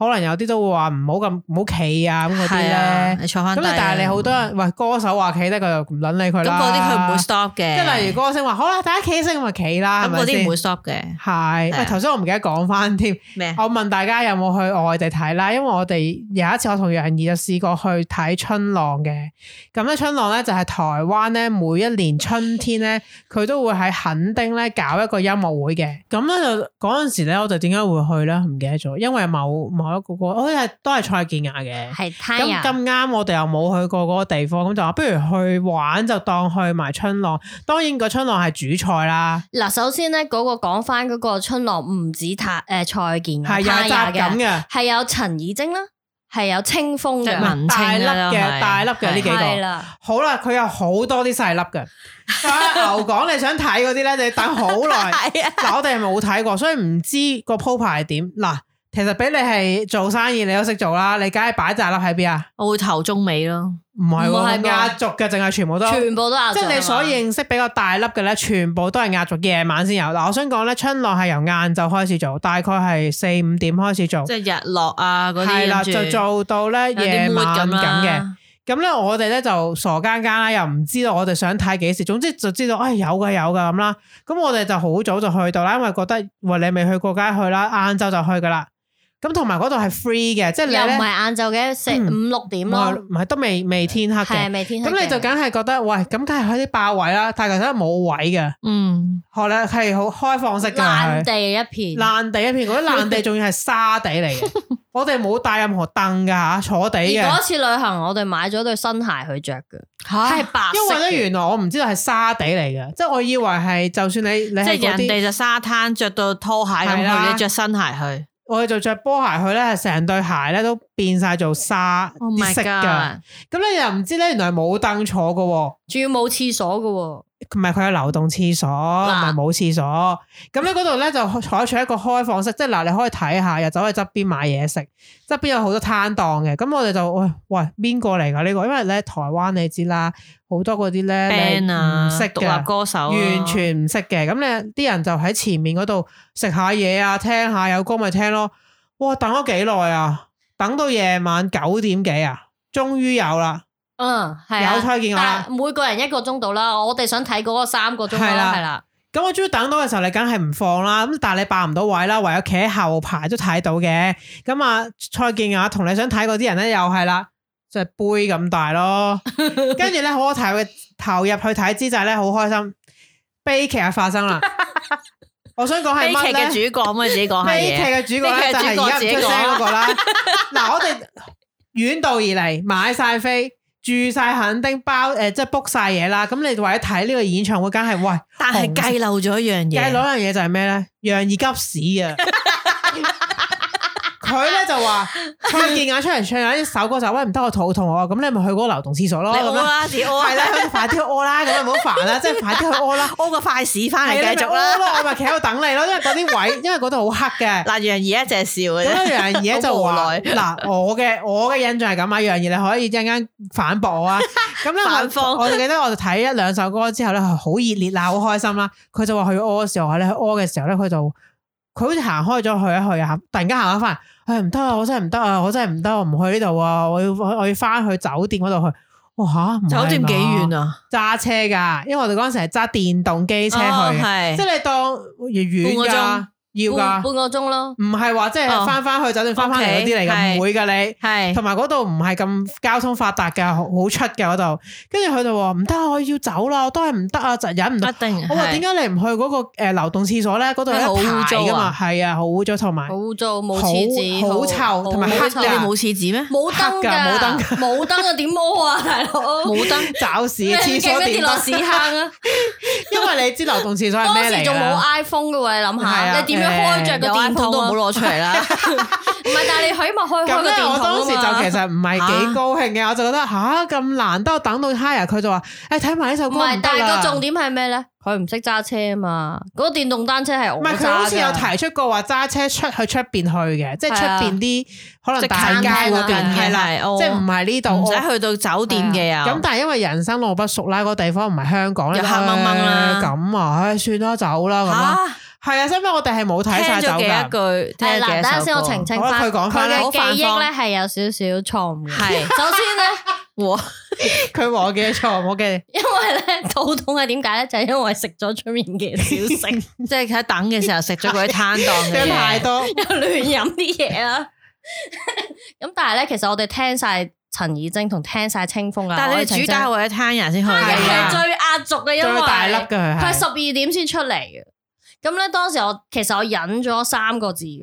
C: 可能有啲都會話唔好咁唔好企啊咁嗰啲
B: 係啊
C: 咧。
B: 你坐翻
C: 咁
B: 低啊。
C: 但係你好多人，喂歌手話企得，佢就唔撚理佢
B: 咁
C: 啦。
B: 嗰啲佢唔會 stop
C: 即
B: 嘅，
C: 係例如歌星話好啦，大家企起身咁咪企啦，係
B: 咁
C: 咪
B: 嗰啲
C: 先
B: 唔會？stop 嘅
C: 係，
B: 係
C: 喂
B: 啊
C: 頭先我唔記得講翻添。
B: 咩？啊
C: 我問大家有冇去外地睇啦，因為我哋有一次我同楊怡就試過去睇春浪嘅。咁咧春浪咧就係台灣咧每一年春天咧， 佢都會喺墾丁咧搞一個音樂會嘅。咁咧就嗰陣時咧，我就點解會去咧？唔記得咗，因為某某一個歌，好似係都係蔡健雅嘅。
D: 係
C: 咁
D: Tanya
B: 啊
C: 咁啱，我哋又冇去過嗰個地方，咁就話不如去玩就當去埋春浪。當然個春浪係主菜啦，
D: 嗱，首先咧嗰、個講翻嗰個春浪唔止太誒蔡健
C: 係
D: 嘅，
C: 有雜感
D: 嘅，
C: 嘅。
D: 係有陳以晶啦，係有清風
B: 即
D: 嘅
B: 係，文青
C: 大粒
B: 啦都
C: 嘅
B: 係
C: 大粒嘅呢幾個
D: 係啦，
C: 好啦，佢有好多啲細粒嘅。但牛講你想睇嗰啲咧，你要等好 耐。
B: 係 啊，
C: 嗱，我哋係冇睇過，所以唔知個鋪排係點。嗱，其實俾你係做生意，你都識做啦，你梗係擺大粒喺邊啊？
B: 我會頭中尾咯，
C: 唔係
D: 唔係
C: 喎，
D: 喎
C: 壓軸嘅，淨係全部都。
D: 全部都壓啊
C: 即係你所認識比較大粒嘅咧，全部都係壓軸，夜晚先有。嗱，我想講咧，春浪係由晏晝開始做，大概係四五點開始做，
B: 即係日落啊嗰啲，
C: 係啦，
B: 跟
C: 就
B: 住
C: 做到咧
B: 有啲
C: 夜
B: mood
C: 晚
B: 咁
C: 咁嘅。
B: 啦。
C: 咁咧，我哋咧就傻更更啦，又唔知道我哋想睇幾時，總之就知道，唉、有嘅有嘅咁啦。咁我哋就好早就去到啦，因為覺得喂你未去過街去啦，晏晝就去噶啦。咁同埋嗰度係 free 嘅，即係你
D: 又唔
C: 咧
D: 係晏晝嘅四
C: 嗯
D: 五六點
C: 唔
D: 咯
C: 係，唔係都未未天黑
D: 係
C: 嘅。
D: 咪天黑嘅？
C: 咁你就梗係覺得喂，咁梗係去啲霸位啦，但係其實冇位嘅，
B: 嗯，
C: 學咧係好開放式㗎。係
D: 爛地一片，
C: 爛地一片，嗰啲爛地仲要係沙地嚟 嘅，我哋冇帶任何凳噶吓，坐地
D: 而
C: 嘅。
D: 嗰次旅行，我哋買咗對新鞋去着嘅，
B: 吓
D: 係白
C: 因為
D: 色嘅
C: 咧，原來我唔知道係沙地嚟嘅，即係我以為係就算你你
B: 即
C: 係
B: 係
C: 嗰
B: 人哋
C: 啲，
B: 就沙灘着到拖鞋咁
C: 係啦
B: 去，你着新鞋去。
C: 我哋就着波鞋去咧，係成對鞋咧都變晒做沙
B: Oh
C: 啲
B: my
C: 色㗎。
B: god！
C: 咁你又唔知咧，原來係冇凳坐嘅喎。
D: 仲要冇廁所嘅
C: 唔係佢有流動廁所，唔係冇廁所。咁咧嗰度咧就採取一個開放式，即係嗱，你可以睇下，又走去側邊買嘢食，側邊有好多攤檔嘅。咁我哋就喂喂邊個嚟㗎呢個？因為咧台灣你知啦，好多嗰啲咧你
B: band 啊，
C: 唔識
B: 獨立
C: 嘅，
B: 歌手啊，
C: 完全唔識嘅。咁咧啲人就喺前面嗰度食下嘢啊，聽下有歌咪聽咯。哇！等咗幾耐啊？等到夜晚九點幾啊，終於有啦。
D: 喎，嗯，係啊
C: 有推薦我啦
D: 但每個人一個鐘度啦，我哋想睇嗰個三個鐘
C: 係
D: 啦，
C: 啦
D: 係啦，
C: 咁我終於等到嘅時候，你梗係唔放啦。咁但係你霸唔到位啦，唯有企喺後排都睇到嘅。咁啊，蔡健雅同你想睇嗰啲人咧，又係啦，就係杯咁大 咯。跟住咧，好我投嘅投入去睇之際咧，好開心。悲劇啊發生 啦！我想講係
B: 悲劇
C: 乜
B: 嘅
C: 咧？
B: 主角可唔可以自己講下
C: 悲劇
B: 嘢？
C: 嘅主角咧就哦係而家唔出聲嗰 個啦。嗱，我哋遠道而嚟，買晒飛，住晒肯丁，包誒、呃即係 book 晒嘢啦。咁你為咗睇呢個演唱會，梗係喂。
B: 但係計漏咗一樣
C: 計
B: 嘢，
C: 攞樣嘢就係咩咧？楊怡急屎 啊！佢咧就話蔡健雅出嚟唱下一首歌就話喂唔得我肚痛啊，咁你咪去嗰個流動廁所咯
B: 你
C: 咁
B: 屙
C: 樣。
B: 啦，自己屙
C: 係啦
B: 啦，，
C: 咁快啲去屙啦，咁啊唔好煩啦，即係快啲去屙啦。
B: 屙個快屎 翻
C: 係啦
B: 嚟
C: 你
B: 繼
C: 咪
B: 續
C: 屙
B: 啦。
C: 咯，我咪企喺度等你咯，因為嗰啲位，因為嗰度好黑嘅。
B: 嗱，楊怡一隻笑嘅
C: 咁
B: 啫，
C: 樣楊嘢就
B: 好
C: 話
B: 無奈
C: 嗱，我嘅我嘅印象係咁啊，楊怡你可以一陣間反駁我啊。 咁咧
B: 反駁
C: 我我就記得我就睇一兩首歌之後咧，係好熱烈啦，好開心啦。佢就話去屙嘅時候咧，去屙嘅時候咧，佢就佢好似行開咗去一去啊，突然間行翻翻，唉唔得啊，我真係唔得啊，我真係唔得，我唔去呢度啊，我要我要翻去酒店嗰度去。哇吓，唔係
B: 酒店幾遠啊？
C: 嘛？揸車㗎，因為我哋嗰陣時係揸電動機車去
B: 哦
C: 嘅，
B: 係
C: 即係你當遠
B: 半個
C: 㗎
B: 鐘，
C: 要㗎
D: 半。半個鐘咯，
C: 唔係話即係
B: 哦
C: 翻翻去酒店翻翻嚟嗰啲嚟
B: OK，
C: 嘅，
B: 係
C: 唔會噶你。
B: 係
C: 同埋嗰度唔係咁交通發達㗎，好好出嘅嗰度。跟住佢就話唔得啊，我要走啦，我都係唔得啊，就忍唔
B: 一
C: 到。
B: 定。
C: 我話
B: 係
C: 點解你唔去嗰個誒流動廁所咧？嗰度有
B: 因為好
C: 一
B: 污
C: 排
B: 糟
C: 㗎嘛，
B: 啊
C: 係啊，好污糟，同埋
D: 好污糟，冇廁紙，
C: 好好臭同埋黑
D: 臭
B: 你
C: 㗎
B: 冇廁紙咩？
D: 冇燈
C: 黑㗎冇燈
D: 㗎，冇燈啊，點摸啊，大佬？
B: 冇燈，
C: 找屎
D: 咩
C: 廁所
D: 記唔記得跌
C: 點
D: 落
C: 得？
D: 屎坑啊！
C: 因為你知流動廁所係
D: 當
C: 咩
D: 時
C: 嚟
D: 仲
C: 㗎
D: 冇
C: 啦
D: iPhone 嘅喎，你諗
C: 係
D: 下，
C: 啊
D: 你點樣開着個
B: 有
D: 電
B: 電筒
D: 筒
B: 都唔
D: 啊
B: 好？攞出嚟 啦。
D: 唔係，但係你起碼開
C: 咁
D: 開個
C: 咧，
D: 電
C: 我
D: 筒啊
C: 當
D: 嘛。
C: 時就其實唔係幾
B: 嚇
C: 高興嘅，我就覺得吓咁難得，我等到 hire 佢就話誒睇埋呢首
D: 唔
C: 歌
D: 係，
C: 得
D: 但係
C: 啦
D: 個重點係咩咧？佢唔識揸車啊嘛，嗰、個電動單車係
C: 唔
D: 我
C: 係佢好似有
D: 揸嘅。
C: 提出過話揸車出去出邊去嘅，即係出
D: 係啊
C: 邊啲可能
B: 即係
C: 大街
B: 餐廳
C: 嗰
B: 嗰邊
C: 邊
B: 嘅
C: 係啦
B: 係哦，
C: 即係唔係呢度哦
B: 唔使去到酒店嘅啊。
C: 嗯咁但係因為人生路不熟啦，嗰地方唔係香港咧，
B: 又黑掹掹啦
C: 唉咁啊，唉，算啦，走啦咁啦，係啊，所以我哋係冇睇晒走
B: 聽咗幾
C: 㗎。
B: 多句？聽
D: 係嗱，
B: 咗幾
D: 等
B: 多
D: 下
B: 首
D: 先，我
B: 歌
D: 澄清
C: 好啦
D: 翻，
C: 佢講返啦
D: 嘅
B: 好反
D: 記憶
B: 方
D: 咧係有少少錯誤嘅。
B: 係
D: 首先咧，
B: 我
C: 佢話我記錯，我 嘅
D: 因為咧肚痛係點解咧？就係因為食咗出面嘅小食，
B: 即係喺等嘅時候食咗嗰啲攤檔嘅
C: 真係 太
B: 嘢。
C: 多。
D: 又亂飲啲嘢啦。咁但係咧，其實我哋聽晒陳以晶同聽晒清風啊，
B: 但係
D: 我
B: 你
D: 哋澄
B: 哋
D: 清
B: 主打為咗攤人先去
D: 係
C: 係啊
D: 佢
B: 嘅，
D: 最壓軸嘅，因為
C: 最大粒嘅啊佢係
D: 佢係十二點先出嚟嘅。咁咧，當時我其實我忍咗三個字嘅，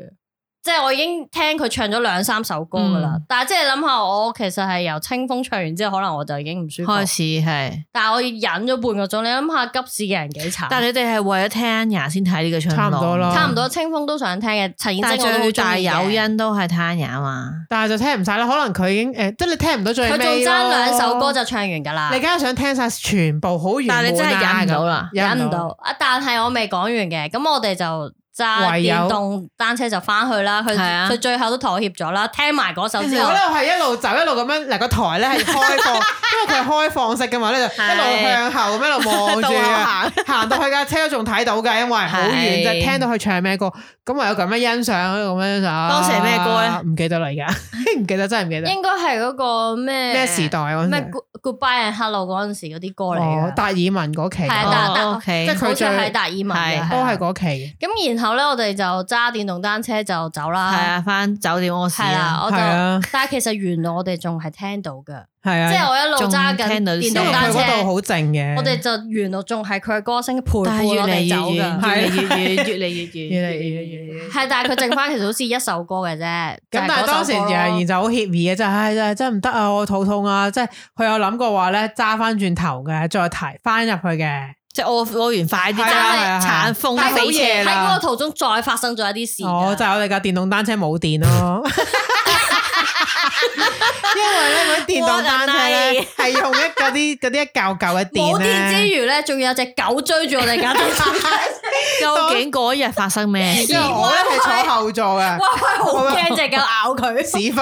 D: 即係我已經聽佢唱咗兩三首歌噶啦。
B: 嗯
D: 但係即係諗下，我其實係由清風唱完之後，可能我就已經唔舒服。
B: 開始係。
D: 但係我忍咗半個鐘，你諗下急事嘅人啊幾慘。
B: 但係你哋係為咗攤人先睇呢個唱
C: 差唔
B: 檔
C: 多咯
D: 差唔多，清風都想聽嘅，陳燕晶
B: 但
D: 我都
B: 係
D: 好
B: 最
D: 中
B: 大
D: 意嘅
B: 誘。因都係攤人啊嘛。
C: 但係就聽唔晒啦，可能佢已經誒，即係你聽唔到最
D: 佢
C: 尾
D: 仲
C: 咯
D: 爭兩首歌就唱完噶啦
C: 你，梗係想聽晒全部好完滿啊
B: 但係你真係忍唔到啦
C: 咁
D: 忍唔到啊！但係我未講完嘅，咁我哋就揸
C: 唯有
D: 電動單車就翻去啦。佢
B: 係啊
D: 佢最後都妥協咗啦，聽埋嗰首
C: 我
D: 之後，
C: 咧係一路走一路咁樣，嗱個台咧係開 放，因為佢係開放式嘅嘛，咧就一路向後咁一路 望住啊，行到去架車都仲睇到嘅，因為好遠啫，
B: 係
C: 聽到佢唱咩歌，咁唯有咁樣欣賞咁樣就。當
B: 當時係咩歌咧
C: 唔記得啦，而家 唔記得真係唔記得
D: 應該係嗰個咩
C: 咩時代嗰
D: 咩
C: 陣時。
D: Good- Goodbye and Hello 嗰陣時嗰啲歌嚟
C: 哦
D: 嘅，，
C: 達爾文嗰期
D: 係
C: 咯
D: 達
B: 哦，OK，
C: 即係佢
D: 好似
C: 最
D: 係達爾文
B: 係
D: 嘅，
C: 都係
D: 係啊
C: 嗰期。
D: 咁然後咧，我哋就揸電動單車就走啦。
B: 係啊，翻酒店屙屎
D: 係啦，
B: 啊，
D: 我
C: 係啊
D: 就，但係其實原來我哋仲係聽到嘅，
C: 係啊，
D: 即係我一路揸緊
B: 仲聽到嗯
D: 電
C: 因為
D: 動
C: 佢
D: 單車，
C: 嗰度好靜嘅，
D: 我哋就原來仲係佢嘅歌聲陪伴我
B: 但係越嚟
D: 哋
B: 越
D: 走
B: 遠，
D: 㗎。
B: 越嚟越遠，越嚟越遠，
C: 越嚟越遠越嚟越遠
D: 係，但係佢剩翻其實好似一首歌嘅啫。
C: 咁但係當時楊
D: 然
C: 言就好協議嘅，就係唉真係真係唔得啊，我肚痛啊，即係佢有諗過話咧揸翻轉頭嘅，再提翻入去嘅，
B: 即係屙屙完快啲，
C: 係啊係啊係啊
B: 產風
D: 但係
C: 好
B: 飛
D: 好似
C: 嘢
D: 喺
C: 啦
D: 嗰個途中再發生咗一啲事
B: 啊
D: 㗎。
C: 哦，就係我哋架電動單車冇電 咯。因為咧，嗰啲電動單車咧
B: What
C: 係用一嗰啲嗰啲一嚿嚿嘅電
D: 冇電之
C: 咧，
D: 餘咧，仲有隻狗追住我哋 架電單車，
B: 究竟嗰一日發生咩事？
C: 之後我咧係坐後座嘅
D: 哇，喂好驚隻狗咬 佢。
C: 屎 忽，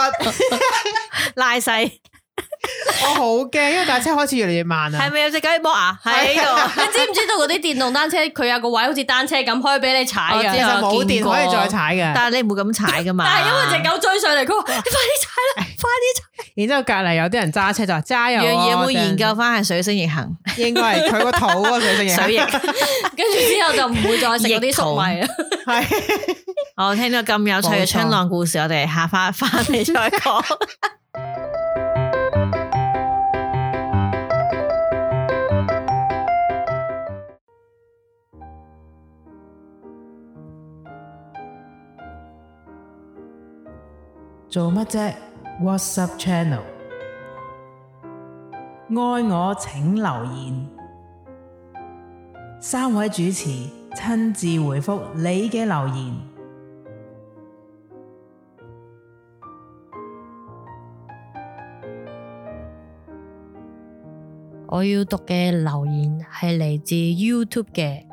B: 拉細
C: 我好驚，因為架車開始越嚟越慢啊
B: 係。咪有隻狗喺剝牙？喺度，
D: 你知唔知道嗰啲電動單車佢有個位好似單車咁可以俾你踩
B: 我知
C: 其
D: 嘅？
B: 啊
C: 實冇電可以再踩嘅，
B: 但係你唔會咁踩噶嘛？
D: 但係因為隻狗追上嚟，佢 話：你快啲踩啦，快啲踩！
C: 然之後隔離有啲人揸車就話揸油啊。
B: 樣嘢有冇
C: 正
B: 研究翻係水星逆行？
C: 應該係啊佢個肚嗰水性嘢。
B: 水逆，
D: 跟住之後就唔會再食嗰啲粟米啦。
C: 係
B: 我哦聽到咁有趣嘅春浪故事，我哋下 翻翻嚟再講。
C: 做乜啫？WhatsApp channel，愛我請留言，三位主持親自回覆你嘅留言。
D: 我要讀嘅留言係嚟自 YouTube 嘅，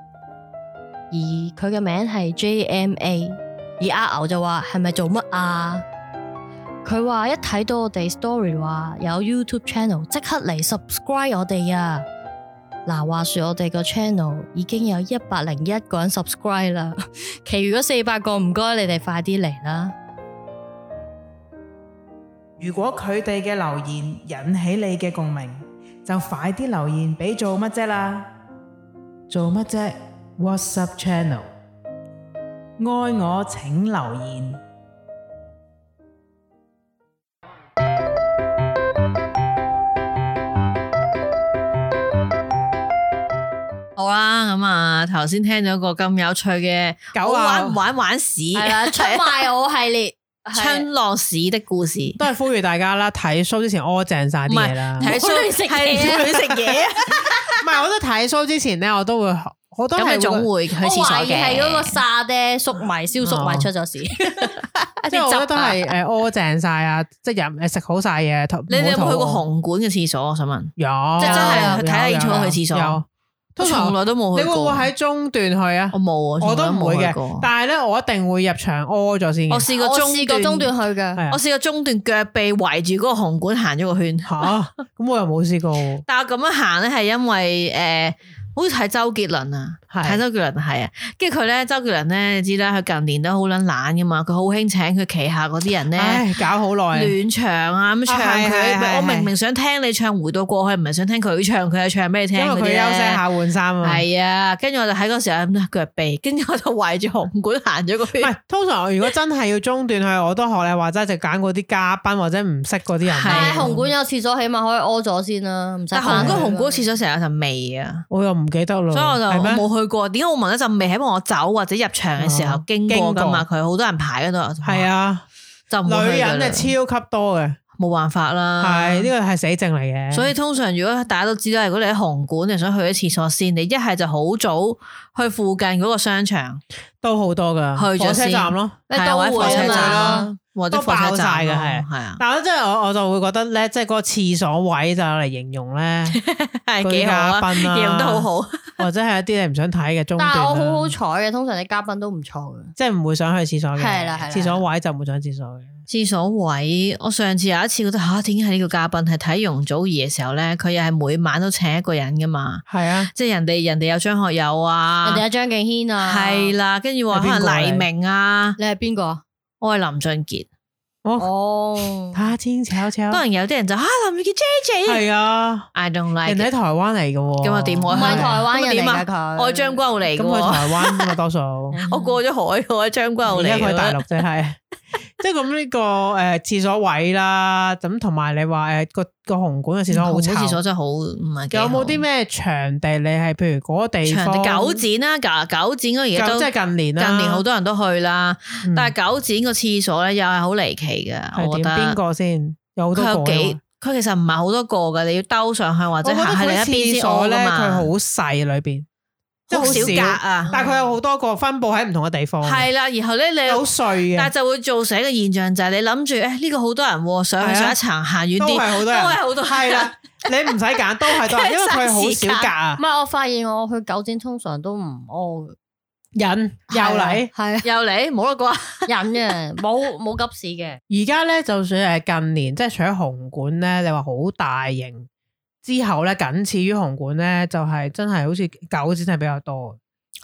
D: 而佢嘅名係 JMA，而阿牛就話係咪做乜啊？佢話一睇到我哋 story 話有 YouTube channel，即刻嚟 subscribe 我哋啊！嗱，話說我哋個 channel 已經有一百零一個人 subscribe 啦，其餘嗰四百個唔該你哋快啲嚟啦！
C: 如果佢哋嘅留言引起你嘅共鳴，就快啲留言俾做乜啫啦！做乜啫？WhatsApp channel，愛我請留言。
B: 好啦，咁啊，頭先聽咗個咁有趣嘅
C: 狗
B: 好
C: 啊
B: 玩唔玩玩屎
D: 係 啦，出賣我系 列，係
B: 春浪屎的故事，
C: 都係呼籲大家啦，睇 show 之前屙正晒啲嘢啦。
B: 唔係睇
D: 唔好亂食嘢啊
B: 係亂食嘢 啊，
C: 唔係，我都睇 show 之前咧，我都會好多
B: 咁
C: 係
B: 佢總
C: 會，
B: 會去
D: 我
B: 廁所
D: 懷疑係
B: 嘅。
D: 嗰個沙爹粟米燒粟米
C: 哦
D: 出咗事。
C: 即係我覺得都
B: 一
C: 係
B: 啲
C: 誒屙正晒啊，即係飲誒食好晒嘢。同
B: 你哋有冇去過
C: 唔好肚餓？
B: 紅館嘅廁所？我想問，
C: 有，
B: 即係真係
C: 有
B: 睇下
C: 有
B: 演唱會去廁所
C: 有，
B: 我
C: 通常
B: 從來都冇
C: 你
B: 去
C: 會
B: 過。
C: 唔會喺中段去啊
B: 我？冇啊，
C: 我都
B: 從來
C: 唔會
B: 冇去
C: 嘅
B: 過，
C: 但係咧，我一定會入場屙咗先嘅。
B: 我試過
D: 我
B: 中
D: 試過中段去
C: 係
D: 嘅，
C: 啊
B: 我試過中段腳被圍住嗰個紅館行咗個圈。
C: 嚇，咁我又冇試過 喎。
B: 但我咁樣行咧，係因為诶、呃好似睇周杰倫啊，
C: 係
B: 睇周杰倫係啊，跟住佢咧，周杰倫咧，你知啦，佢近年都好撚懶噶嘛，佢好興請佢旗下嗰啲人咧。
C: 唉，搞好耐啊。
B: 暖場啊，咁唱
C: 啊係係係
B: 佢，我
C: 係
B: 明明想聽你唱《回到過去》，唔係想聽佢唱，佢係唱俾你聽
C: 因為佢
B: 嗰啲
C: 休息
B: 咧。
C: 下換衫啊。
B: 係啊，跟住我就喺嗰時候咁腳臂，跟住我就圍住紅館行咗個
C: 唔
B: 圈。
C: 係，通常如果真係要中斷去，我都學你話齋，就揀嗰啲嘉賓或者唔識嗰啲人。
B: 係
D: 但
B: 啊
D: 係紅館有廁所，起碼可以屙咗先啦，唔使
B: 但
D: 翻去啦。
B: 紅館紅館廁所成日有陣味啊，
C: 我又唔記得咯。
B: 所以我就
C: 係咩
B: 我冇去過。點解我聞一陣味？係因為我走或者入場嘅時候
C: 哦
B: 經過噶嘛，
C: 經
B: 佢好多人排嗰度。
C: 係，啊，
B: 就唔會
C: 女
B: 去㗎
C: 人
B: 啦
C: 係超級多嘅，
B: 冇辦法啦。
C: 係呢個係死症嚟嘅。
B: 啊所以通常如果大家都知啦，如果你喺紅館，你想去咗廁所先，你一係就好早去附近嗰個商場，
C: 都好多噶，
B: 去咗
C: 火車
B: 先
C: 站咯，
D: 咩
B: 係啊
D: 都
B: 或者火
D: 會
B: 車
D: 啊
B: 站
D: 嘛
B: 啦。或者
C: 都
B: 火車
C: 爆晒㗎
B: 站咯
C: 係
B: 係 啊，
C: 但係即係我我就會覺得咧，即係嗰個廁所位就嚟形容 咧，嗰啲
B: 係幾好
C: 嘉
B: 啊，
C: 賓啊，
B: 形容得好好。
C: 或者係一啲你唔想睇嘅中段
D: 但
C: 啦
D: 係我好好彩嘅，通常啲嘉賓都唔錯嘅。
C: 即係唔會想去廁所嘅，
D: 係啦係啦
C: 廁所位就唔會想去廁所嘅。
B: 廁所位，我上次有一次覺得吓，點解係呢個嘉賓係睇容祖兒嘅時候咧，佢又係每晚都請一個人噶嘛，
C: 係啊，
B: 即係人哋人哋有張學友啊
D: 人哋，有張敬軒啊，
B: 係，啦，跟住話
C: 係邊個
B: 可能黎明啊，
D: 你係邊個？
B: 我係林俊傑，
C: 我
D: 哦，
C: 他千巧巧，
B: 當然有啲人就吓啊林俊傑 J J，
C: 係啊，
B: I
C: 人
B: don't like，
C: 哋喺
B: it
C: 台灣嚟嘅喎，
B: 咁又點
D: 唔
B: 我
D: 係台灣人
B: 咁
D: 嚟㗎
B: 啊
D: 佢，
B: 我係將軍澳嚟嘅
C: 咁佢
B: 喎，
C: 台灣㗎嘛多數，
B: 我過咗海，我喺將軍澳
C: 而
B: 嚟
C: 家
B: 嘅
C: 佢喺
B: 喎，
C: 大陸啫係。 即係咁呢個誒廁所位啦，咁同埋你話誒個個紅館嘅廁所好
B: 紅館
C: 臭，
B: 廁所真係好唔係幾
C: 有
B: 好
C: 冇啲咩場地你係譬如嗰個地
B: 長
C: 方
B: 地九展啦，九九展嗰而家
C: 咁
B: 都
C: 即係近年啦，
B: 近年好多人都去啦。
C: 嗯，
B: 但係九展個廁所咧又係好離奇嘅，
C: 係
B: 我覺
C: 點邊
B: 得。
C: 個先？有好多
B: 佢有
C: 個㗎
B: 幾
C: 嘛？
B: 佢其實唔係好多個嘅，你要兜上去或
C: 我
B: 者
C: 覺得
B: 行喺
C: 佢
B: 另
C: 啲
B: 一邊
C: 廁
B: 先屙
C: 所咧，
B: 㗎
C: 佢
B: 嘛
C: 好。細裏邊，即係
B: 好少格
C: 好
B: 啊
C: 少，，但係佢有好多個分佈喺唔同嘅地方，
B: 係啦。然後咧你
C: 好，碎嘅，
B: 但係就會造成一個現象就係你諗住誒呢個好多人喎，上去
C: 係啊
B: 上一層行遠
C: 都
B: 啲，
C: 係好多人，
B: 都係好多人
C: 係啦，你唔使揀，都係多人，因為佢好少格啊
D: 唔，係，我發現我去九展通常都唔屙嘅，
C: 人又嚟。
D: 係 啊
B: 又嚟冇得啩？
D: 忍嘅，冇冇急事嘅。
C: 而家咧，就算係近年，即係除咗紅館咧，你話好大型之後咧，僅次於紅館咧，就係、真係好似九展係比較多，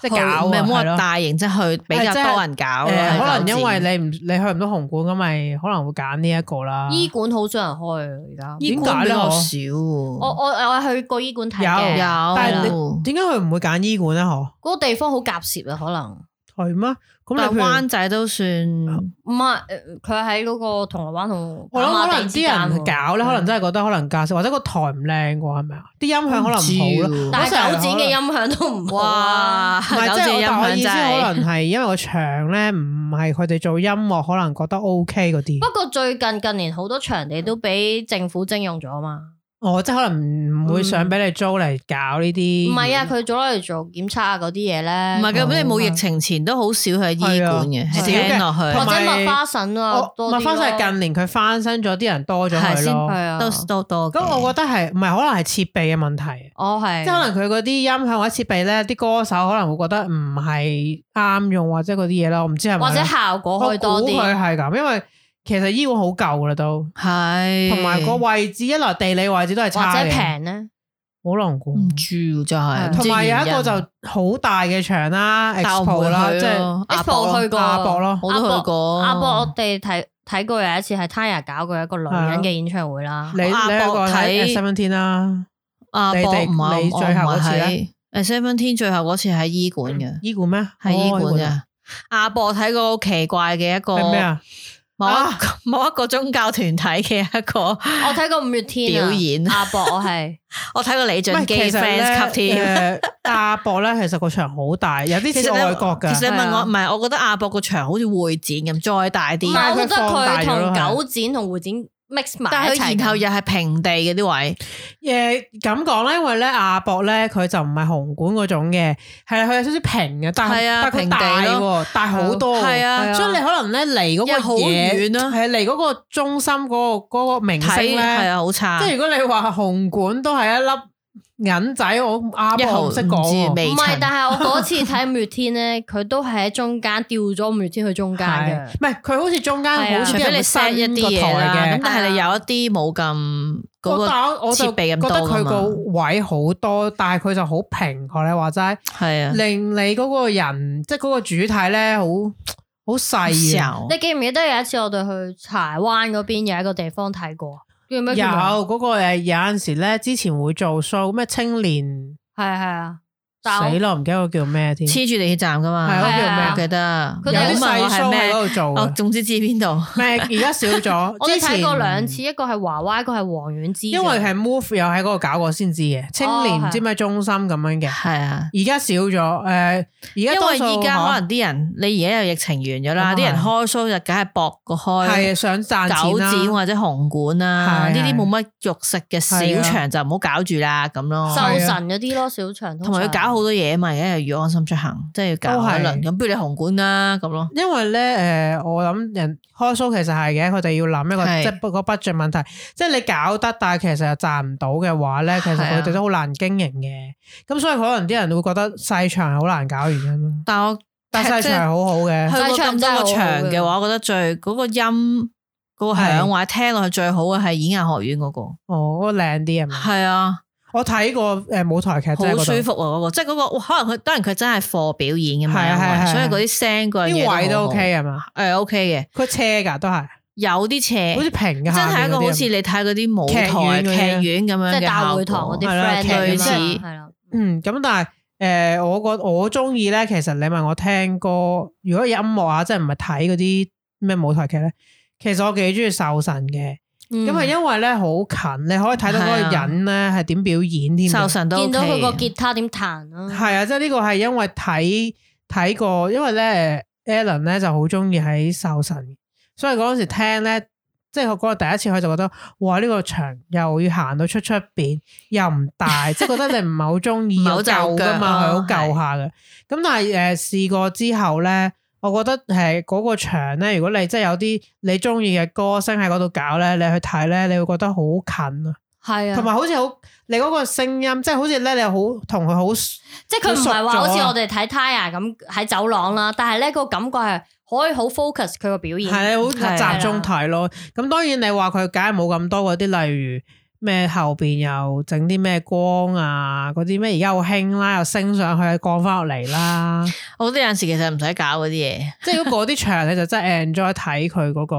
C: 即係搞
B: 唔係
C: 啊
B: 冇
C: 係
B: 話
C: 咯。
B: 大型，即係去比較
C: 係即係
B: 多人搞啊咯。
C: 誒
B: 係
C: 可能
B: 九
C: 因為
B: 展
C: 你唔你去唔到紅館咁，咪可能會揀呢一個啦。
D: 醫館好少人開啊，而家。
C: 醫館
B: 比
C: 咧
B: 較
C: 我
B: 少喎。
D: 我我我係去過醫館睇嘅，
C: 有但係
B: 有
C: 你點解佢唔會揀醫館咧？嗬，
D: 嗰個地方好夾涉啊，可能
C: 係咩？咁
B: 但
C: 你譬
B: 灣
C: 如
B: 仔都算
D: 唔係誒佢喺嗰個銅鑼灣同
C: 我諗
D: 跑馬
C: 可
D: 地
C: 能
D: 之
C: 啲
D: 間喎嗯
C: 人搞咧，可能真係覺得可能價值或者個台唔靚喎，係咪啊？啲音響可能唔好啦。
B: 唔知喎
D: 但係
C: 我成日
D: 九展嘅音響都唔好啊，
B: 哇，
C: 唔係，
B: 九
C: 即
B: 隻音
C: 係我我
B: 響
C: 意思，
B: 真
C: 可
B: 係
C: 能哦係因為個場咧唔係佢哋做音樂，可能覺得 O K 嗰啲。
D: 不過最近近年好多場地都俾政府徵用咗啊嘛，
C: 哦，即係可能唔會想俾你租嚟搞呢
D: 唔
C: 啲。
D: 係啊，佢早攞嚟做檢測啊嗰啲嘢咧，
B: 唔係咁，你冇
C: 哦
B: 疫情前都好少去醫館嘅，
C: 係啊
B: 係聽落
C: 少嘅
D: 或
B: 去
D: 者
C: 同埋
D: 麥花臣啊
C: 我，
D: 多
C: 唔
D: 啲
C: 係翻晒
D: 咯
C: 係近年佢翻身咗，啲人多咗
B: 係
C: 佢
B: 先
C: 咯。
D: 係啊，
B: 都都多嘅。
C: 咁我覺得係唔係可能係設備嘅問題，
D: 我哦係
C: 即係可能佢嗰啲音響或者設備咧，啲歌手可能會覺得唔係啱用或者嗰啲嘢啦，我唔知係咪啦。
D: 或者效果
C: 我
D: 開多
C: 估佢
D: 啲，
C: 係咁，因為其實醫館好舊啦都，
B: 係
C: 同埋個位置一來地理位置都係
D: 或
C: 差嘅，
D: 者平咧，
C: 冇難估。
B: 唔知喎真係，
D: 係
B: 唔
C: 嗯
B: 知
C: 同埋有一個
B: 原因啊
C: 就好大嘅場啦
B: 但我唔會
C: ，Expo 啦，
B: 去
C: 即係
B: 咯阿
D: Expo
B: 博
D: 去過
C: 亞博咯。
B: 我都去
C: 哦
B: 過
D: 阿博啊我哋睇睇過有一次係 Tanya 搞過一個女人
C: 啊
D: 嘅演唱會啦
C: 你，你
B: 亞博
C: 兩個睇
B: 睇
C: Seventeen 啦，
B: 阿博
C: 你哋
B: 唔係
C: 你
B: 我
C: 最後
B: 唔
C: 嗰次
B: 係
C: 呢
B: 喺誒 Seventeen 最後嗰次喺醫館嘅，
C: 醫館咩？
B: 喺醫
C: 哦
B: 館嘅。阿博睇過好奇怪嘅一個
C: 係咩啊？
B: 某一
C: 啊
B: 個 某一個宗教團體嘅一個，
D: 我睇過五月天 啊
B: 表演
D: 阿博我係
B: 我睇過李
C: 唔
B: 俊
C: 係
B: 基
C: 其實
B: fans 級添。
C: 咧，誒亞博咧其實個場好大，有啲似
B: 你
C: 外國㗎。
B: 其實你
D: 係
B: 問
D: 啊
B: 我唔係，我覺得亞博個場好似會展咁，再大
D: 唔
B: 啲。
D: 係，我覺得
C: 但係佢放大
D: 佢
C: 咗咯
D: 同
C: 係
D: 九展同會展 mix 埋
B: 但
D: 一
B: 係
D: 齊
B: 佢
D: 㗎，
B: 然後又係平地嘅啲位，
C: 誒咁講咧，因為咧亞博咧佢就唔係紅館嗰種嘅，係佢有少少平嘅，但係
B: 係啊
C: 但係佢
B: 平
C: 大
B: 地咯
C: 喎，大好多喎，
B: 係啊
C: 所以你可能咧離嗰
B: 又
C: 個
B: 好
C: 嘢
B: 遠啦
C: 係離嗰個中心嗰個嗰個明星
B: 睇係
C: 咧，
B: 啊好差
C: 即。係如果你話紅館都係一粒銀仔，我
B: 一
C: 亞
B: 毫
C: 博我唔識講
B: 唔知
C: 喎，
B: 未
D: 唔係，
B: 曾
D: 但係我嗰次睇五月天咧，佢都係喺中間調咗五月天去中間
C: 係
D: 嘅。
C: 唔係佢好似中間
D: 係啊
C: 好似啲
B: 除非
C: 人
B: 你
C: 會
B: set 一
C: 伸
B: 啲
C: 個
B: 嘢啦，
C: 台
B: 咁
C: 嘅。啊
B: 但係你有一啲冇咁嗰
C: 我
B: 個
C: 但我我就
B: 設備咁
C: 覺得
B: 多㗎
C: 佢個
B: 嘛，
C: 位好多，但係佢就好平，學你話齋。
B: 係啊，
C: 令你嗰個人即係嗰個主體咧，好好細啊！
B: 時
D: 你記唔記得有一次我哋去柴灣嗰邊有一個地方睇過？啊叫咩
C: 有
D: 叫名？
C: 嗰、個誒，有陣時咧，之前會做 show 咩青年
D: 係啊係啊，但我
C: 死咯，唔記得個叫咩添，
B: 黐住地鐵站噶嘛，
C: 係啊
D: 嗰條咩
B: 我記得。
D: 佢
C: 有
D: 哋。
C: 啲
B: 有問
C: 細
B: 我
C: show
B: 係
C: 喺
B: 咩？
C: 嗰度做
B: 我
C: 嘅，
B: 總之知邊度。
C: 咩而家少咗
D: 我哋睇過兩次，
C: 之前，
D: 一個係華娃，一個係黃遠之。
C: 因為係 move 又喺嗰度搞過先知嘅，青年
D: 哦係
C: 唔知咩中心咁樣嘅，
B: 係啊。
C: 而家少咗誒，呃而家
B: 因
C: 多數
B: 為依家
C: 嚇
B: 可能啲人，你而家有疫情完咗啦，
C: 咁啊
B: 啲人
C: 係
B: 開 show 就梗係搏個
C: 係
B: 開
C: 想賺
B: 九
C: 錢啦
B: 展或者紅館啊，
C: 係
B: 呢啲
C: 係
B: 冇乜肉食嘅小場就唔好搞住啦咁咯。
C: 哦啊
D: 壽神嗰啲咯，小場
B: 同埋要搞搞好多嘢嘛，而家又要安心出行，即係要搞好一輪。咁不如你紅館啦，咁咯。
C: 因為咧，诶、我諗人開 show 其實係嘅，佢哋要諗一個
B: 係
C: 即係個 budget 問題，即係你搞得，但係其實又賺唔到嘅話咧，其實
B: 係啊
C: 佢哋都好難經營嘅。咁所以可能啲人會覺得細場係好難搞原因咯，
B: 但我
C: 但係細
B: 即係
C: 場係好好嘅
B: 去。過咁多個場嘅話，我覺得最嗰個音嗰個響
C: 係
B: 或者聽落去最好嘅係演藝學院嗰個。
C: 哦，嗰個靚啲係咪？
B: 係啊。
C: 我睇過诶舞台劇，真係
B: 好舒
C: 嗰度
B: 服啊！嗰個即係嗰個，哇可能佢當然佢真係課表演嘅嘛，
C: 係啊係啊
B: 因為
C: 係啊
B: 所以嗰啲聲嗰樣嘢
C: 啲位都
B: 好好
C: OK 啊係嘛？
B: 誒 OK 嘅，
C: 佢斜㗎都係，
B: 有啲斜
C: 好，似平嘅
B: 真
C: 下面嗰啲
B: 係一
C: 係啊嘛，
B: 個好似你睇嗰啲舞
C: 劇院嗰啲啊
B: 台劇院咁樣
D: 即
B: 嘅
D: 係大會堂嗰啲
C: 效果
D: friend 啊
C: 係啦
B: 類似
D: 係啦，
C: 嗯，咁但係诶、呃我個我中意咧，其實你問我聽歌，如果有音樂啊，即係唔係睇嗰啲咩舞台劇咧，其實我幾中意壽神嘅，咁
B: 嗯
C: 係、
D: 因
C: 因為咧好近，你可以睇到嗰個人咧係點表演添嘅。
B: 壽啊神都
D: 見到佢個
B: OK 嘅
D: 吉他點彈
B: 嗯
D: 啦，
C: 係啊，即係呢個係因為睇睇過，因為咧 Alan 咧就好中意喺壽神，所以嗰陣時聽咧，即係我嗰日第一次去就覺得，哇！呢、個場又要行到出出邊，又唔 大，即係覺得你唔係好中意，
B: 唔係好就哦腳
C: 舊噶嘛，係
B: 咯
C: 好舊下嘅。咁但係誒試過之後咧。我覺得係嗰個場咧，如果你真係有啲你中意嘅歌星喺嗰度搞咧，你去睇咧，你會覺得好近啊，
D: 係
C: 同
D: 啊，
C: 埋好似好你嗰個聲音，即係好似咧你好同佢好
D: 即係佢唔係話好
C: 好熟
D: 似
C: 咗啊
D: 我哋睇 Tire 咁喺走廊啦，但係咧個感覺係可以好 focus 佢個表演，
C: 係你好
B: 係
D: 啊
C: 集中睇咯。咁當然你話佢梗係冇咁多嗰啲，例如咩後邊又整啲咩光啊，嗰啲咩而家好興啦，又升上去降翻落嚟 啦。
B: 我覺得有陣時其實唔使搞嗰啲嘢，
C: 即係如果嗰啲場你就真係 enjoy 睇佢嗰個。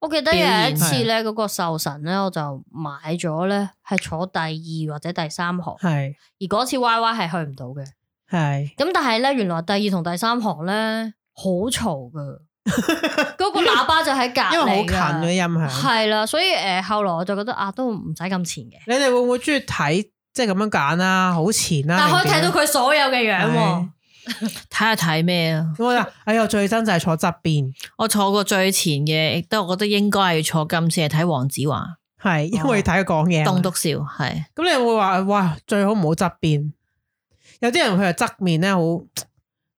D: 我記得有一次咧，嗰個壽神咧，我就買咗咧，係坐第二或者第三行，
C: 係
D: 而嗰次 Y Y 係去唔到嘅。
C: 係
D: 咁但係咧，原來第二同第三行咧好嘈噶，嗰個喇叭就喺隔離㗎，
C: 因為好近嗰啲音響。
D: 係啦，所以誒、呃、後來我就覺得啊，都唔使咁前嘅，
C: 你哋會唔會中意睇即係咁樣揀啦，好前啦？
D: 但可以
C: 定
D: 睇
C: 點
D: 到
C: 啊
D: 佢所有嘅樣喎
C: 係。
B: 睇下睇咩咯。
C: 咁我就哎呀，最憎就係坐側邊，
B: 我坐過最前嘅，亦都我覺得應該係要坐今次係睇黃子華
C: 係因
D: 哦
C: 為睇佢講嘢啊嘛。
B: 棟篤笑係。
C: 咁你會話哇，最好唔好側邊。有啲人佢係側面咧，好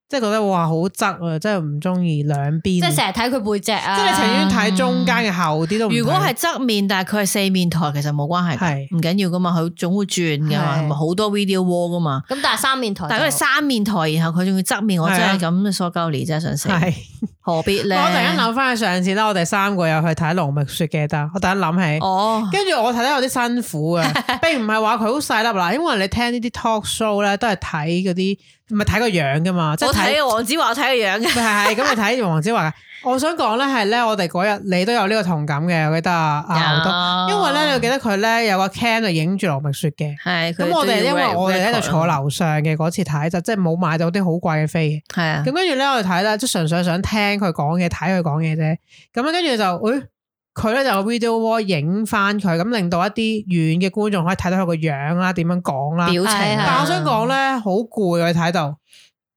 C: 即係覺得哇好側啊，真係唔中意兩邊。
D: 即係
C: 即
D: 成日睇佢背脊啊！
C: 係你情願睇中間嘅後啲都唔睇。
B: 啊如果係側面，但係佢係四面台，其實冇關係㗎，
C: 係
B: 唔緊要噶嘛，佢總會轉噶嘛，
C: 係
B: 同埋好多 video wall 噶嘛。
D: 咁，但係三面台就，
B: 但係佢哋三面台，然後佢仲要側面，我真係
C: 係啊
B: 咁所鳩嚟，真係想死，
C: 係，
B: 何必
C: 我
B: 咧？
C: 突然間諗翻起上次啦，我哋三個又去睇《龍蜜雪》嘅，但我突然間諗起，
B: 哦，
C: 跟住我睇得有啲辛苦 啊，並唔係話佢好細粒啦，因為你聽呢啲 talk show 咧都係睇嗰啲，唔係睇個樣噶嘛，即係
B: 我睇黃子華，我睇個樣嘅，
C: 係係咁，你睇黃子華嘅。我想講咧係咧，我哋嗰日你都有呢個同感嘅，我記得啊，啊好多。因為咧，你記得佢咧有個 cam 就影住羅密雪嘅。
B: 係
C: 咁我哋因為我哋咧就坐
B: 樓，
C: 樓上嘅嗰次睇就即係冇買到啲好貴嘅飛嘅。
B: 係啊
C: 咁，跟住咧我哋睇啦，即係純粹想聽佢講嘢，睇佢講嘢啫。咁咧跟住就，誒佢咧就 video wall 影翻佢，咁令到一啲遠嘅觀眾可以睇到佢個樣啦，點樣講啦
B: 表。情
D: 係
B: 啊。
C: 但我想講咧，好攰啊！睇到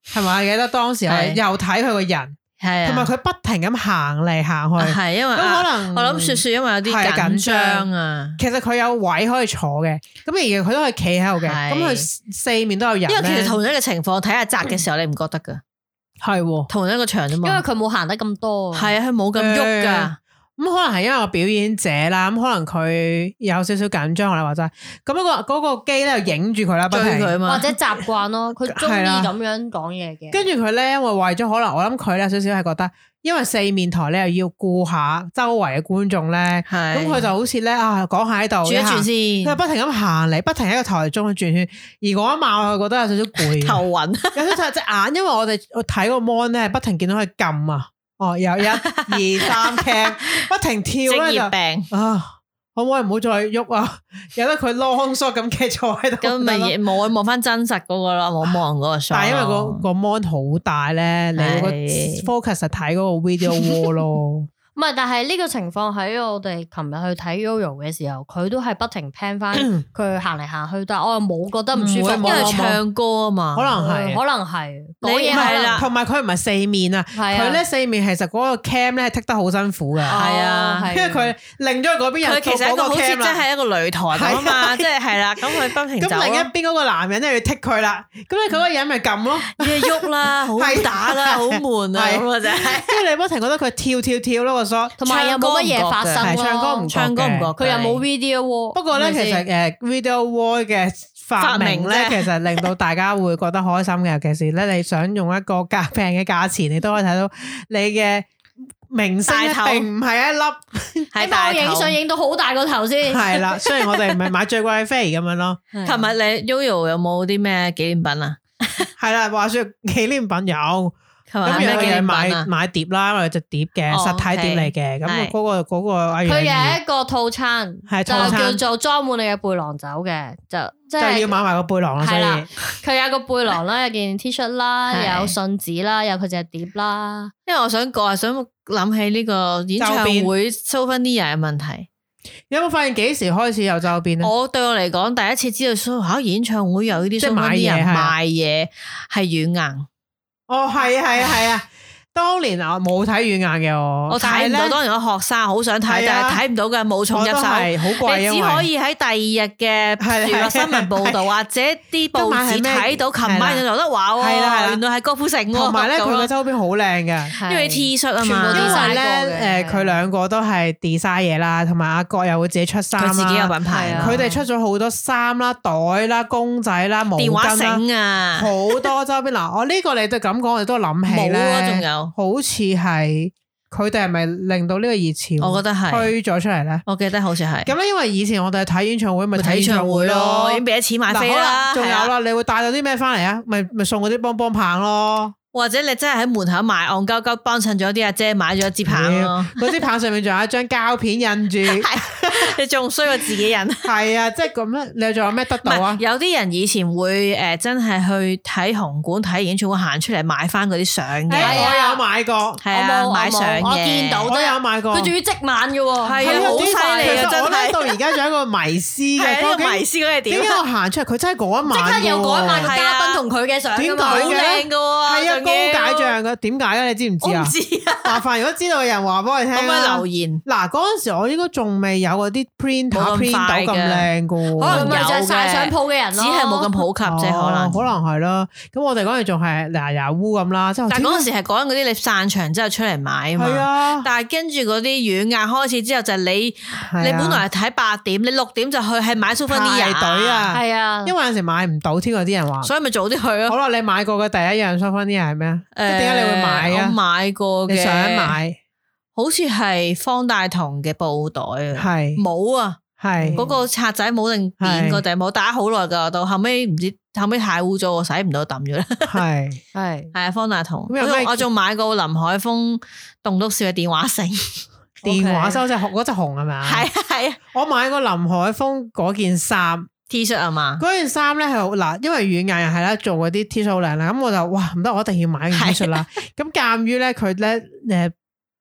C: 係咪？記得當時我哋
B: 係
C: 又睇佢個人，
B: 係啊，
C: 同埋佢不停咁行嚟行
B: 啊
C: 去。
B: 係因為
C: 咁
B: 啊
C: 可能
B: 我諗雪雪因為有
C: 係啊
B: 啲
C: 緊
B: 緊
C: 張
B: 張啊，
C: 其實佢有位可以坐嘅，咁而佢都係企喺度嘅，
B: 係
C: 咁佢四面都有人
B: 因
C: 咧。
B: 為其實同樣嘅情況睇下宅嘅時候，你唔覺得㗎，
C: 係喎，
B: 同樣一個場啫
D: 因為
B: 嘛。
D: 佢冇行得咁多，
B: 係啊，佢冇咁喐㗎。
C: 咁可能係因為個表演者啦，咁可能佢有少少緊張，我哋話齋。咁嗰個嗰個機咧又影住佢啦，不
B: 追
C: 停。
B: 佢啊嘛，
D: 或者習慣咯，佢中意
C: 係啊啦
D: 咁樣講嘢嘅。
C: 跟住佢咧，因為為咗可能我諗佢咧有少少係覺得，因為四面台咧又要顧下周圍嘅觀眾咧，
B: 係
C: 咁佢就好似咧啊講下喺度
B: 轉一轉
C: 行佢
B: 先，
C: 不停咁行嚟，不停喺個台中去轉圈。而嗰一晚我覺得有少少攰嘅。
B: 頭暈，
C: 有少少隻眼，因為我哋我睇個 mon 咧，不停見到佢撳啊，哦，有一二三 cam，不 停跳
B: 職
C: 咧
B: 業
C: 就
B: 病。
C: 啊，可唔可以唔好再喐啊？由得佢 long shot 咁企坐喺度
B: 咁咪
C: 得咯。
B: 冇望翻真實嗰個咯，冇望嗰個 shot
C: 但係因為個
B: 咯
C: 個 mon 好大咧，你個
B: 係
C: focus 係睇嗰個 video wall 咯，
D: 唔係，但係呢個情況喺我哋琴日去睇 Yoyo 嘅時候，佢都係不停 plan 翻佢行嚟行去，但係我又冇覺得唔舒服，
B: 因
C: 冇
B: 為
C: 冇
B: 唱歌啊嘛，
C: 可能
D: 嗯
C: 係
D: 可能係
B: 你
D: 講嘢
B: 唔係
D: 係
B: 啦
D: 啦，
C: 同埋佢唔係四面啊，
D: 係啊
C: 佢咧四面其實嗰個 cam 咧係剔得好辛苦嘅，
B: 係啊
D: 哦係
C: 因為佢擰咗去嗰邊又
B: 佢其實
C: 做
B: 一
C: 嗰個
B: 個好似
C: cam
B: 真
C: 啦。
B: 係一個擂台咁啊嘛，即係係啦，咁佢不停走
C: 咁另一
B: 咯，
C: 邊嗰個男人咧要剔佢啦，咁你嗰個人咪 撳咯，
B: 要喐啦，好
C: 係啊
B: 打啦，好悶啊，
C: 係
B: 咁啊真係。
C: 即係你不停覺得佢跳跳跳咯個 shot。
D: 同埋又冇乜嘢發生
C: 係
D: 咯
C: 唱歌唔
B: 唱歌唔覺
D: 佢又冇 video 喎。
C: 不過咧，
D: 係咪
C: 其實
D: 先
C: 誒 video wall 嘅發明咧，
B: 發明啫
C: 其實令到大家會覺得開心嘅，尤其是咧你想用一個夾平嘅價錢，你都可以睇到你嘅明星一
B: 大頭
C: 定唔係 一粒，
B: 喺
D: 你幫
B: 大
D: 我影
B: 頭
D: 相影到好大個頭先。
C: 係啦。雖然我哋唔係買最貴嘅飛咁樣咯，
B: 琴
D: 琴
B: 日你 Yoyo 有冇啲咩紀念品啊？
C: 係啦。話說紀念品有。
B: 琴日
C: 咁
B: 咩
C: 有
B: 紀
C: 嘢
B: 念品
C: 買
B: 啊？
C: 買碟啦，因為隻碟嘅
B: 哦
C: 實體碟嚟嘅，咁
B: 係
C: 嗰個嗰個阿楊
D: 佢
C: 怡
D: 有一個套餐，
C: 係
D: 就
C: 套餐
D: 叫做裝滿你嘅背囊走嘅，就即
C: 就
D: 係
C: 要買埋個背囊啦，啊所
D: 係啦
C: 以，
D: 佢有個背囊啦，有件 T 恤啦，
B: 係
D: 有信紙啦，有佢隻碟啦。
B: 因為我想講，想諗起呢個演唱會 souvenir 嘅問題。
C: 有冇發現幾時開始有周邊啊咧？
B: 我對我嚟講，第一次知道 s 嚇演唱會有呢
C: 即
B: 啲
C: 係買嘢
B: souvenir 啊
C: 係啊
B: 賣嘢係軟硬，
C: 哦，係啊，係 啊，係啊！當年啊，冇睇軟眼嘅我，
B: 我睇唔到。
C: 當
B: 當然我學生好想睇，
C: 係啊
B: 但係睇唔到嘅，冇重
C: 我
B: 入
C: 都
B: 手。
C: 係好貴，啊
B: 你只
C: 因為
B: 可以喺第二日嘅
C: 係
B: 娛樂新聞報 導
C: 係
B: 或者啲報紙睇到，
C: 今
B: 琴
C: 晚係咩
B: 晚有劉德華
C: 係啦係
B: 喎，
C: 啦
B: 原來係郭富城喎，
C: 同埋咧，佢
B: 咁
C: 嘅
B: 咯
C: 周邊好靚嘅。
B: 因
D: 係
B: 為 T 恤啊
D: 全部
B: 嘛，
D: 都
C: 因為
D: design
C: 咧，誒
D: 過嘅
C: 佢兩個都係 design 嘢啦，同埋阿郭又會自己出衫
B: 佢
C: 啦，
B: 自己有品牌
D: 係
B: 啊，
D: 啊
C: 佢哋出咗好多衫啦、袋啦、公仔啦、啊毛
B: 電話
C: 巾啦。
B: 繩啊，
C: 好多周邊 嗱，我呢個你都咁講，我哋都諗起
B: 冇啊，仲
C: 咧，
B: 有，
C: 好似係佢哋係咪令到呢個熱潮，
B: 我覺得係，
C: 推咗出嚟咧？
B: 我記得好似係。
C: 咁咧，因為以前我哋去睇演唱會，咪
B: 咪睇演唱會
C: 會
B: 咯，已經
C: 嗱，
B: 俾咗錢買飛
C: 好啦
B: 啦，
C: 仲有
B: 係啊，
C: 啦，你會帶到啲咩翻嚟啊？咪咪送嗰啲幫幫棒咯，
B: 或者你真係喺門口賣戇鳩鳩幫襯咗啲阿姐買咗一支棒咯，
C: 啊嗰啲棒上面仲有一張膠片印住，
B: 你仲衰過自己人。
C: 係啊，即係咁咧。你仲有咩得
B: 唔
C: 到啊
B: 係，？有啲人以前會誒、呃真係去睇紅館睇演唱會，行出嚟買翻嗰啲相
C: 誒
D: 係
B: 嘅，
D: 啊
C: 我有買過，
B: 係啊，
D: 我冇
B: 買相嘅。
D: 我見到
C: 我有買過。
D: 佢仲要即晚嘅喎，
B: 係啊
C: 係啊
B: 好犀利啊
C: 其實我
B: 真係
C: 咧到而家仲有一個迷思
B: 係啊
C: 嘅，
B: 呢
C: 究
B: 個迷
C: 竟
B: 思嗰個
C: 點
B: 點
C: 解
B: 啊？
C: 我行出嚟佢真係嗰一晚
D: 即刻又改埋
C: 喎
D: 個
B: 係
D: 嘉
B: 啊
D: 賓同佢嘅相㗎嘛
B: 好
C: 點解嘅
B: 靚嘅喎，
C: 係啊，
B: 仲
C: 高解
B: 要
C: 像嘅，點解咧？你知唔
B: 我
C: 知
B: 唔
C: 啊？
B: 知啊，
C: 麻煩如果知道嘅人話俾我哋聽
B: 可唔可以
C: 啦
B: 留。言？
C: 嗱，嗰陣時我應該仲未有嗰啲 printer
B: 冇咁
C: print
B: 快嘅
C: 到咁靚嘅喎，
B: 可
D: 佢
B: 能
D: 咪就
B: 有
D: 係啊
B: 嘅
D: 晒相鋪嘅人
B: 只
D: 咯，
B: 係冇咁普及
C: 哦
B: 啫，可能。
C: 可能係啦。咁我哋嗰陣仲係嗱牙烏咁啦，即係
B: 但嗰陣時
C: 時
B: 係講緊嗰啲你散場之後出嚟買啊嘛。
C: 啊係啊，
B: 但係跟住嗰啲軟硬開始之後，就係你
C: 係啊
B: 你本來係睇八點，你六點就去係買
C: 排
B: souvenir
C: 隊，啊，
D: 係啊，
C: 因為有陣時買唔到添，嗰啲人話。
B: 所以咪早啲去咯
C: 好。啦，你買過嘅第一樣 souvenir 係咩啊？即係點解你會買
B: 誒我
C: 啊？
B: 買過嘅，
C: 你想買
B: 好似係方大同嘅布袋啊，
C: 係
B: 冇啊，
C: 係
B: 嗰個賊仔冇定扁嗰頂帽，打好耐噶，到後尾唔知後尾太污糟，我洗唔到抌咗啦。
C: 係
D: 係
B: 係啊，方大同，
C: 咁有咩
B: 我仲買過林海峰棟篤笑嘅電話繩，
C: 電話收隻紅嗰隻紅係咪啊？
B: 係啊係啊
C: 我買過林海峰嗰件衫。
B: T 恤啊嘛，
C: 嗰件衫咧係好嗱，因為軟硬又係啦，做嗰啲 T 恤好靚啦，咁我就哇唔得，我一定要買件 T 恤啦。咁鑑於咧佢咧誒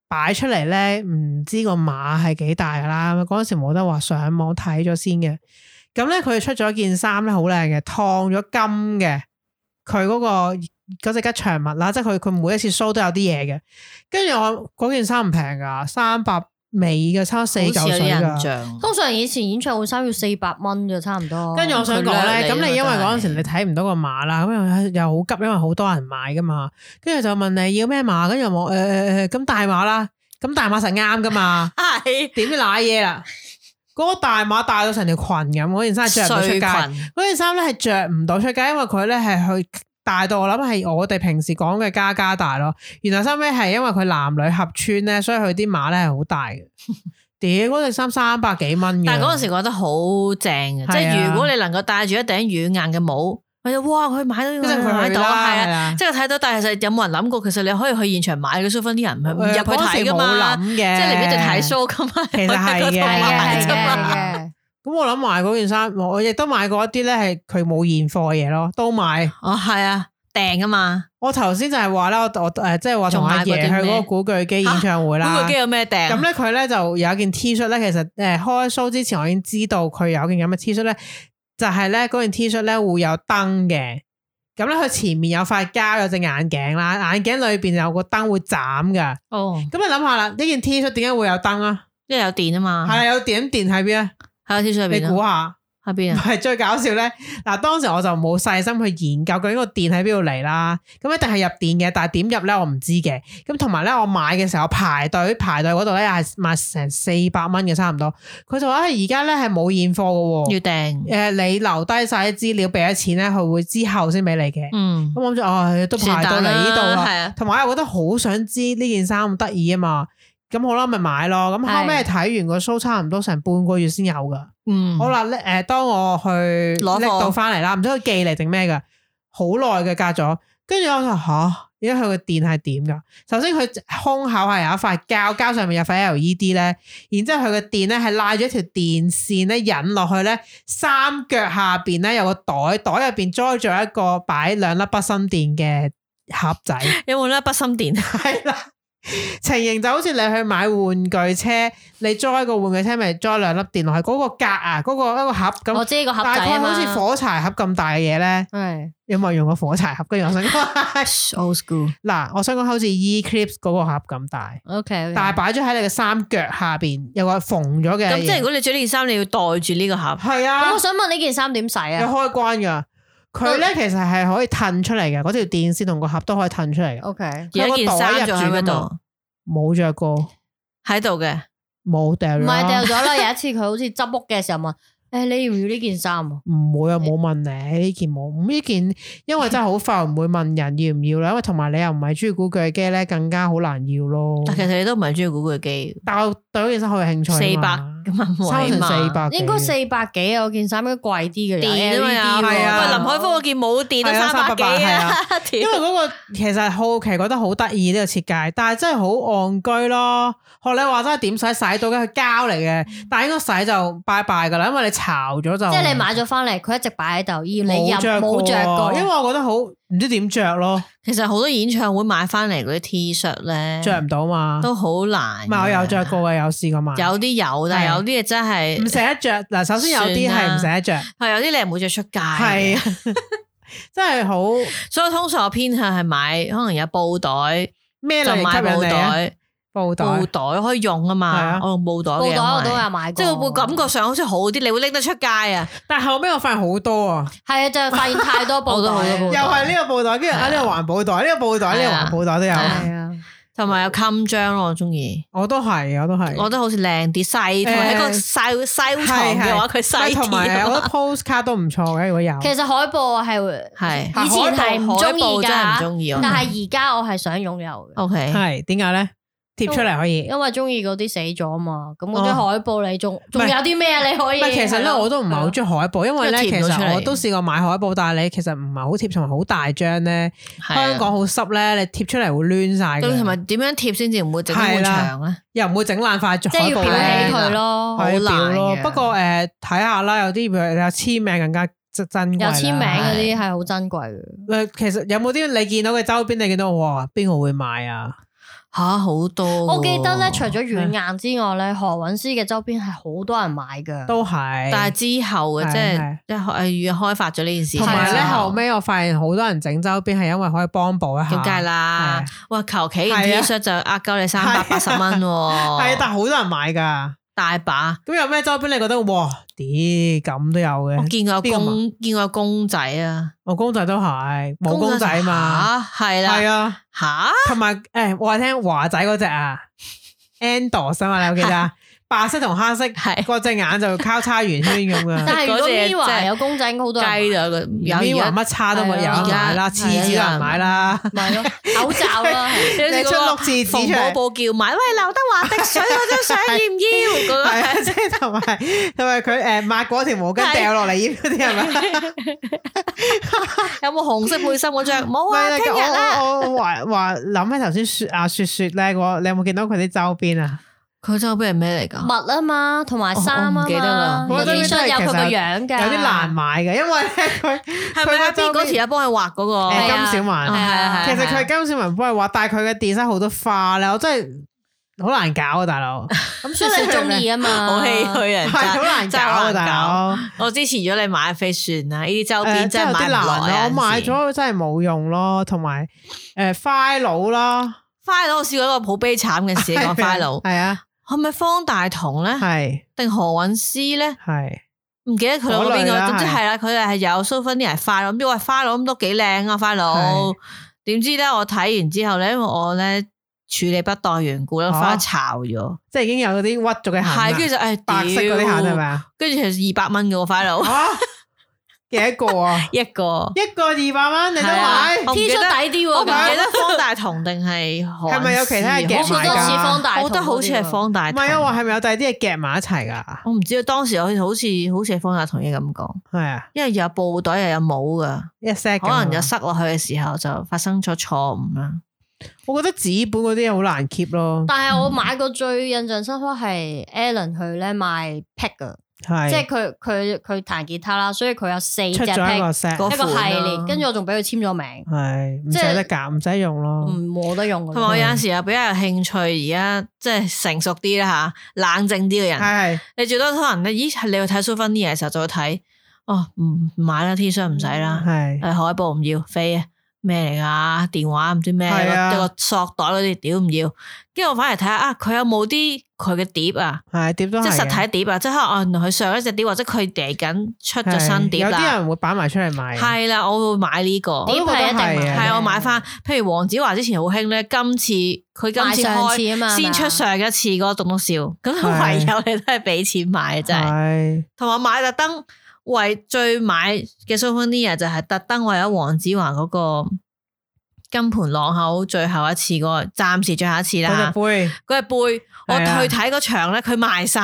C: 擺出嚟咧，唔知個碼係幾大噶啦，嗰陣時冇得話上網睇咗先嘅。咁咧佢出咗件衫咧好靚嘅，燙咗金嘅，佢嗰、個嗰隻吉祥物啦，即係佢佢每一次 show 都有啲嘢嘅。跟住我嗰件衫唔平噶，三百美嘅差唔多四
B: 好似有
C: 嚿
B: 啲
C: 水噶
B: 印。象。
D: 通常以前演唱會衫要四百蚊嘅差唔多，
C: 跟住我想講咧，
B: 哦佢掠
C: 咁
B: 你
C: 你因為
B: 啊嘛
C: 嗰陣時
B: 真係，
C: 你睇唔到個碼啦，咁又又好急，因為好多人買噶嘛，跟住就問你要咩碼，跟住我誒誒誒呃咁大碼啦，咁大碼實啱噶嘛
B: 係
C: 點知賴嘢啦？嗰個大碼大到成條裙咁，嗰件衫係着唔到出
B: 睡
C: 街，
B: 裙
C: 嗰件衫咧係着唔到出街，因為佢咧係去大到我諗係我哋平時講嘅加加大咯，原來收尾係因為佢男女合穿咧，所以佢啲碼咧係好大嘅。屌，嗰件衫三百幾蚊嘅，
B: 但係嗰陣時覺得好正
C: 係啊
B: 嘅，即係如果你能夠戴住一頂軟硬嘅帽，我就哇佢買到呢
C: 嗰陣
B: 個
C: 佢
B: 買
C: 去
B: 到
C: 啦，
B: 係
C: 係
B: 啊，
C: 啦
B: 即係睇到，但係其實有冇人諗過，其實你可以去現場買嘅 s o u v 啲人唔係唔入
C: 誒
B: 去睇噶
C: 嗰
B: 嘛，
C: 時冇諗
B: 即
C: 嘅，
B: 係你唔一定睇 show 噶嘛，
C: 其實係啊嘅
B: 你
D: 係
B: 去嗰度
D: 嘅
B: 買
D: 係
B: 啫
D: 嘅
B: 嘛
D: 係嘅，
C: 咁我諗買嗰件衫，我亦都買過一啲咧，係佢冇現貨嘢咯，都買。
B: 哦係啊，訂啊嘛。
C: 我頭先就係話啦，我我诶，即係話同阿
B: 仲買過
C: 爺
B: 啲
C: 去嗰
B: 咩
C: 個古巨基演唱會
B: 呢
C: 啦
B: 個。機有咩訂？
C: 咁咧佢咧就有一件 T 恤咧，其實誒開 show 之前我已經知道佢有件咁嘅 T 恤咧，就係咧嗰件 T 恤咧會有燈嘅。咁咧佢前面有塊膠有隻眼鏡啦，眼鏡裏邊有個燈會斬噶。
B: 哦，
C: 咁你諗下啦，呢件 T 恤點解會有燈啊？
B: 因為有電啊
C: 係
B: 嘛，
C: 啦，有點電喺邊啊？
B: 喺個 T 恤入
C: 你
B: 邊
C: 估
B: 啊，
C: 下？
B: 喺 邊
C: 唔
B: 啊？
C: 係最搞笑咧，嗱當時我就冇細心去研究究竟個電喺邊度嚟啦，咁一定係入電嘅，但係點入咧我唔知嘅。咁同埋咧，我買嘅時候排隊排隊嗰度咧又係買成四百蚊嘅差唔多，佢就話唉而家咧係冇現貨嘅喎，誒、
B: 要訂，
C: 你留低晒啲資料，俾咗錢咧，佢會之後先俾你嘅。
B: 嗯，
C: 咁我諗住，唉，都排到嚟呢度
B: 是但啦
C: 啦
B: 係啊，
C: 同埋我覺得好想知呢件衫咁得意啊嘛，咁好啦，咪買咯。咁後尾
D: 係
C: 睇完個 show 差唔多成半個月先有噶。
B: 嗯，
C: 好啦，咧誒，當我去
B: 攞貨
C: 拎到翻嚟啦，唔知佢寄嚟定咩噶，好耐嘅隔咗。跟住我就吓，而家佢個電係點噶？首先佢胸口係有一塊膠，膠上面有塊 LED 咧，然之後佢個電咧係拉咗一條電線咧引落去咧，三腳下邊咧有個袋，袋入邊載咗一個擺兩粒筆芯電嘅盒 仔。
B: 有冇咧筆芯 電？
C: 系啦，情形就好似你去買玩具車，你裝個玩具車咪裝兩粒電落去，嗰、個格啊，嗰、個一個盒咁，
D: 我知個盒
C: 大
D: 仔
C: 概
D: 啊嘛
C: 好，似火柴盒咁大嘅嘢咧，
D: 係
C: 有冇人用過火柴盒？跟住我想講
D: old school。
C: 嗱，我想講好似 Eclipse 嗰個盒咁大，
D: O K，
C: 但係擺咗喺你嘅衫腳下边，有個縫咗嘅嘢。
B: 咁即係如果你着呢件衫，你要袋住呢個盒，
C: 係
D: 咁我
C: 啊，
D: 想問呢件衫點洗
C: 你
D: 啊
C: 開關㗎，佢咧其實係可以褪出嚟嘅，嗰條電線同個盒都可以褪出嚟嘅。
D: ？O K，
B: 而家件衫仲喺嗰
C: 佢個袋入住㗎
B: 度，
C: 冇着過，
B: 喺度嘅，
C: 冇掉
D: 唔
C: 咗啦。
D: 係掉咗啦。有一次佢好似執屋嘅時候問：誒你要唔要呢件衫啊？
C: 唔會啊，冇問你呢件冇，咁呢件因為真係好快唔會問人要唔要啦，因為同埋你又唔係中意古巨基咧，更加好難要 咯。
B: 但其實你都唔係中意古巨基，
C: 但我對嗰件衫好有興趣
B: 四
C: 啊
B: 百
C: 嘛，
B: 咁啊
C: 收
B: 冇
C: 成
B: 嘛，
C: 四百幾，
D: 應該四百幾啊！我件衫應該貴啲嘅，
B: 電啊
D: LED
B: 嘛，
D: 喎
C: 係啊
B: 喂林海峰嗰件冇電都
C: E 係啊
B: 三百幾 啊，
C: 因為
B: 屌
C: 嗰個 其實好奇覺得好得意呢個設計，但係真係好戇居咯。學你話齋點洗洗到嘅，佢膠嚟嘅，但係應該洗就拜拜㗎啦，因為你潮咗就
D: 即係你買咗翻嚟，佢一直擺喺度，而你
C: 哦冇
D: 入
C: 着
D: 冇着
C: 過
D: 過，
C: 因為我覺得好唔知點着咯，
B: 其實好多演唱會買翻嚟嗰啲 T 恤咧，
C: 着唔到嘛。
B: 都好難
C: 唔
B: 嘅。
C: 係我有着過嘅，有試過買，
B: 有啲有，但係
C: 係
B: 有啲嘢真係
C: 唔捨得着。嗱，首先有啲係唔捨得着。
B: 係有啲你係唔會着出街嘅。
C: 系啊，真系好
B: 所以通常我偏向係買可能有布袋，
C: 咩
B: 就
C: 嚟
B: 買
C: 吸
B: 布
C: 引你啊？
B: 袋，
C: 布袋
B: 布袋可以用啊
C: 係
B: 嘛
C: 啊。
B: 我用布袋
D: 布
B: 嘅，
D: 袋我都
B: 因為
D: 有買過，
B: 即係會感覺上好似好啲，你會拎得出街啊。
C: 但後尾我發現好多啊，
D: 係啊，就係發現太多布
B: 我都好多布
C: 又
D: 袋，
B: 袋
D: 啊
C: 係呢個布袋，跟住啊呢個環保袋，呢個布袋，呢
B: 係
C: 個
B: 啊
C: 環保袋都有。
B: 係
D: 係啊，
B: 同埋有襟章咯，我中意，
C: 我都係，我都係。
B: 我覺得好似靚啲，細同
C: 誒
B: 埋喺個細細藏嘅話，佢細
C: 咪同埋
B: 啲
C: 我覺得
B: 啊 嘛。
C: postcard 都唔錯嘅，如果有。
D: 其實海報係會
B: 係
D: 以前係唔中意
B: 海報真係唔
D: 㗎，
B: 中意我。哦
D: 但係而家我係想擁有嘅，
B: O K，
C: 係點解咧？貼出嚟可以。
D: 因為中意嗰啲死咗啊嘛，咁嗰啲
C: 哦
D: 海報你仲仲
C: 唔
D: 有
C: 係
D: 啲咩啊？你可以
C: 唔係，其實咧
D: 係咯
C: 我都唔係好中意海報，因為咧
B: 因
C: 其
B: 為貼唔到出嚟
C: 實我都試過買海報，但係你其實唔係好貼，同埋好大張咧。
B: 係啊
C: 香港好濕咧，你貼出嚟會攣晒嘅
B: 咁同埋點樣貼先至唔會整到
C: 係
B: 咁
C: 啦
B: 長咧？
C: 又唔會整爛塊
D: 即係
C: 海
D: 要
C: 報
D: 裱
C: 咧
D: 起佢咯，
B: 好
C: 係
B: 難
C: 表咯
B: 嘅。
C: 不過誒，睇下啦，有啲譬如有簽名更加珍珍貴
D: 有
C: 啦
D: 簽名嗰啲係好珍貴嘅。
C: 誒其實有冇啲你見到嘅周邊，你見到哇，邊個會買啊？
B: 吓好多喎。
D: 我記得咧，除咗軟硬之外咧，何韻詩嘅周邊係好多人買㗎。
C: 都係。
B: 但係之後嘅
C: 係
B: 即係
C: 係
B: 即係誒開發咗呢件事之後，
C: 同埋咧，
D: 係啊
C: 後尾我發現好多人整周邊係因為可以幫補一下。
B: 點解啦？哇！求其件 T
C: 係啊啊
B: 恤就呃鳩你三百八十蚊喎，
C: 係，啊但係好多人買㗎。
B: 大把。
C: 咁有咩周邊你覺得哇？咦，咁都有
B: 我
C: 嘅？
B: 見過有
C: 邊個買
B: 公見過有公仔啊，
C: 我公仔都係，冇公仔嘛。
B: 嚇，係
C: 係
B: 啦，
C: 啊。
B: 嚇
C: 同埋诶，誒我話聽華仔嗰只啊 a n d o s 啊嘛，你有冇記得 啊？白色同黑色，
B: 係
C: 嗰隻眼就交叉圓圈咁
D: 但
C: 樣。
D: 係如
B: 嗰
D: 果
B: 隻嘢真
D: Miwa
B: 係
D: 有公仔，應該好多人買
B: 雞就 有
C: 邊話
B: 而家
C: 乜叉都冇有
D: 係
C: 人
B: 啊
C: 買啦，
B: 而
C: 廁
B: 家啊
C: 紙有人買啦，
D: 咪咯，口 罩啦，係
B: 有
C: 你出碌廁紙
B: 馮
C: 出嚟
B: 寶寶叫埋，喂劉德華滴水嗰張相要唔要？嗰個
C: 係啊，即係同埋同埋佢誒抹嗰條毛巾掉落嚟煙嗰啲 係咪？
B: 有冇紅色背心嗰 張？冇啊，聽日啦。
C: 我我我話話諗起頭先雪啊雪雪咧，我你有冇見到佢啲周邊啊？
B: 佢周邊係咩嚟㗎？
D: 襪啊嘛，同埋衫啊
B: 哦我唔記得
D: 嘛
B: 啦，
C: 我覺得
D: 影
C: 呢
D: 相
C: 啲
D: 有
C: 係
D: 佢個
C: 其實
D: 樣㗎，
C: 有啲難買嘅，因為咧 佢
B: 係咪
C: 佢
B: 啊？
C: 個周邊
B: 邊嗰條友幫佢畫嗰個？
C: 誒
D: 係啊
C: 金小
B: 係
C: 文。
B: 啊係啊
C: 其
B: 係啊
C: 實哦佢係金小文幫佢畫，但係佢嘅 design 好多花咧，我真係好難搞啊，大 佬，
D: 咁雪雪中意啊嘛，
B: 好唏
C: 係
B: 噓啊！
C: 好難搞啊，大佬。
B: 佬。我支持咗你買飛算啦，呢啲周
C: 誒
B: 邊
C: 真
B: 真
C: 係
B: 係
C: 有啲難
B: 買唔落
C: 啊！
B: 啊
C: 我買咗真係冇用咯，同埋誒 file 啦，
B: 花佬，我試過一個好悲慘 嘅事，講花佬
C: 係啊，
B: 係咪方大同咧？
C: 係
B: 定何韻詩咧？
C: 係
B: 唔記得佢兩個邊
C: 嗰類
B: 個，
C: 啦
B: 總之
C: 係
B: 係啦，佢係有 s o f 啲人花佬，咁我話花佬咁都幾靚啊，花佬
C: 係。
B: 點知咧，我睇完之後咧，因為我咧處理不當緣故咧，
C: 哦
B: 花炒咗，
C: 即係已經有嗰啲屈咗嘅
B: 係
C: 痕
B: 跟住
C: 啦，
B: 就誒
C: 白色嗰啲痕係 咪？啊？
B: 跟住係二百蚊嘅喎花佬
C: 啊，幾多個啊？
B: 一個。
C: 一個二百蚊你都
B: 係啊
C: 買？
B: 我唔記
D: T
B: 得
D: 恤抵啲
B: 我
D: 喎，
B: 唔記得方大同定係何韻詩
C: 係咪有其他嘅夾
D: 好似
C: 埋
D: 都似
C: 㗎
D: 方大同嗰啲喎，
B: 我覺得好似係方大
C: 唔
B: 同。
C: 係啊，話係咪有第二啲嘢夾埋一齊㗎？
B: 我唔知啊，當時我好似好似好似係方大同嘢咁講，
C: 係啊，
B: 因為有布袋又有帽噶，
C: 一 set
B: 可能有塞落去嘅時候就發生咗錯誤啦。
C: 我覺得紙本嗰啲好難 keep 咯，
D: 但係我買過最印象深刻係 Alan 佢咧賣 pick 啊，
C: 係
D: 即係佢佢佢彈吉他啦，所以佢有四隻
C: 出咗一個
D: pick，
B: 個
C: set，
D: 一個系
B: 款
D: 列
B: 啦，
D: 跟住我仲俾佢簽咗名，
C: 係唔
D: 即係
C: 使得夾，唔使用咯。
D: 唔冇得用㗎
B: 同埋我有
D: 啦。
B: 陣時啊又比較有興趣，而家即係成熟啲啦吓，冷靜啲嘅人，
C: 係
B: 你最多可能咧，咦，你去睇 s u v e n i 嘅時候就會睇，哦，唔唔買啦，T 恤唔使啦，
C: 係
B: 誒海報唔要，飛啊咩嚟㗎？電話唔知咩，
C: 係啊
B: 一個索袋嗰啲屌唔要。跟住我反嚟睇下啊，佢有冇啲佢嘅碟啊？
C: 係碟都
B: 即
C: 係
B: 係
C: 嘅
B: 實體碟啊！即係可能啊原來佢上一隻碟，或者佢嚟緊出咗新碟
C: 係有啲
B: 啦。
C: 人會擺埋出嚟賣。
B: 係啦，我會買呢個，
D: 碟
C: 我都覺
D: 係
C: 得
D: 一定買
C: 係
D: 嘅，
C: 啊
B: 係我買翻。譬如黃子華之前好興咧，今次佢今
D: 買
B: 次
D: 上
B: 開
D: 次啊嘛，
B: 先出
D: 係嘛
B: 上一次嗰個棟篤笑，咁唯
C: 係
B: 有你都係俾錢買嘅真係。
C: 係
B: 同埋我買特登為最買嘅 souvenir 就係特登為咗黃子華嗰個金盆浪口最後一次嗰、個，暫時最後一次
C: 嗰隻。
B: 啦
C: 杯
B: 嗰隻杯，我
C: 係啊
B: 去睇嗰場咧，佢賣晒。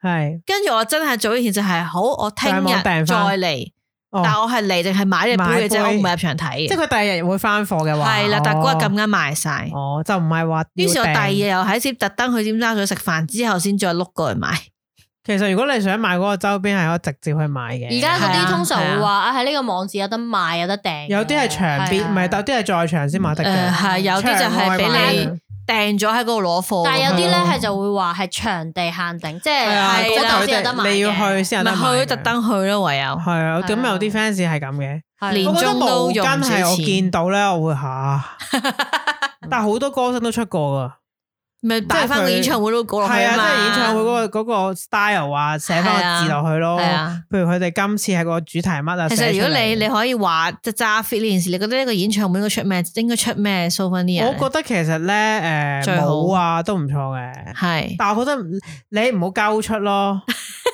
C: 係
B: 跟住我真係早以前就係好，我聽
C: 上
B: 日
C: 網訂
B: 再
C: 返
B: 嚟，
C: 哦
B: 但，我係嚟淨係買呢隻杯嘅啫，
C: 買
B: 我
C: 杯
B: 唔係入場睇
C: 即
B: 嘅。
C: 係佢第二日會翻貨嘅話，
B: 係啦，但係嗰日咁
C: 哦
B: 啱賣晒。
C: 哦，就唔係話
B: 於是我第
C: 要
B: 二
C: 訂
B: 日又喺尖特登去尖沙咀食飯之後，先再碌過去買。
C: 其實如果你想買嗰個周邊，係可以直接去買嘅。
D: 而家嗰
B: 係啊
D: 啲通常
B: 係啊
D: 會話啊喺呢個網址有得賣有得訂嘅，啊
C: 有啲係長邊，唔係，有
D: 但
C: 啲係在場先買得
B: 誒
C: 嘅。
B: 啊嗯
C: 嗯
B: 係啊有啲就係俾你
C: 場
B: 訂咗喺嗰度攞貨。
D: 但係有啲咧
C: 嗯
D: 係就會話係場地限定，即係
C: 係啊，
B: 係
D: 嗰
B: 啦
D: 度先有得賣
C: 你要去
D: 嘅
C: 先有
B: 咪
C: 得買嘅
B: 啊去特登去咯，唯有
C: 係啊，咁
D: 係啊
C: 有啲 fans 係咁嘅。
D: 係
B: 連
C: 我覺得
B: 中
C: 毛
B: 都用唔
C: 巾
B: 少
C: 係我
B: 錢
C: 見到咧，我會嚇。 但係好多歌星都出過㗎。
B: 咪擺翻個演唱會 logo 落去
C: 係啊，即
B: 嘛
C: 係演唱會嗰個嗰個 style 啊，寫翻個字落去咯。
B: 係啊。
C: 譬如佢哋今次係個主題乜啊？
B: 其實如果
C: 寫出
B: 你
C: 嚟
B: 你可以話即係揸 fit 呢件事，你覺得呢個演唱會應該出咩？應該出咩 souvenir？
C: 我覺得其實咧
B: 最
C: 誒
B: 好
C: 冇啊都唔錯嘅，
B: 係
C: 但我覺得你唔好鳩出咯，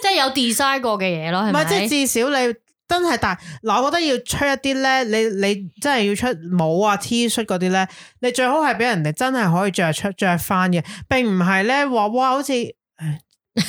D: 即係有 design 過嘅嘢咯，
C: 唔
D: 係咪？
C: 係即係至少你真係但嗱，我覺得要出一啲咧，你你真係要出帽啊 T 恤嗰啲咧，你最好係俾人哋真係可以着出着翻嘅，並唔係咧話哇好似。唉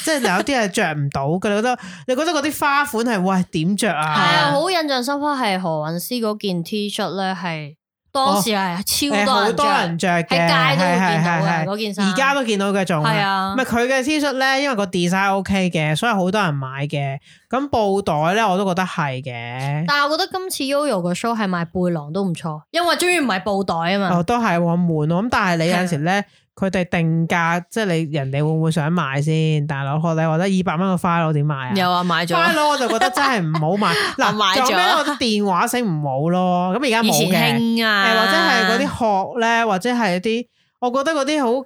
C: 即係有啲係着唔到嘅，你覺得 你覺得嗰啲花款係喂點着啊？
D: 係
B: 係啊
D: 啊，好印象深刻係何韻詩嗰件 T 恤咧，係當時係
C: 誒
D: 超
C: 哦好
D: 多
C: 多人
D: 人着，
C: 着嘅，
D: 喺街都會見到
C: 係
D: 嘅
C: 係係
D: 嗰件衫。
C: 而家都見到嘅仲
D: 係啊
C: 唔係佢嘅 T 恤咧，因為個 design OK 嘅，所以好多人買嘅。咁布袋咧，我都覺得係嘅。
D: 但係我覺得今次 Yoyo 個 show 係賣背囊都唔錯，因為終於唔係布袋啊嘛
C: 哦，。都係喎悶喎。咁但係你有陣時
B: 啊
C: 咧，佢哋定價，即係你人哋會唔會想買先？大佬，我你覺得二百蚊個花佬點買啊？
B: 有啊，買
C: 花
B: 咗。
C: 佬我就覺得真係唔好 買。嗱，
B: 我買咗
C: 仲有咩？我覺得電話繩唔好咯。咁而家
B: 以
C: 冇嘅。
B: 前興
C: 誒，
B: 啊，
C: 或者係嗰啲殼咧，或者係啲，我覺得嗰啲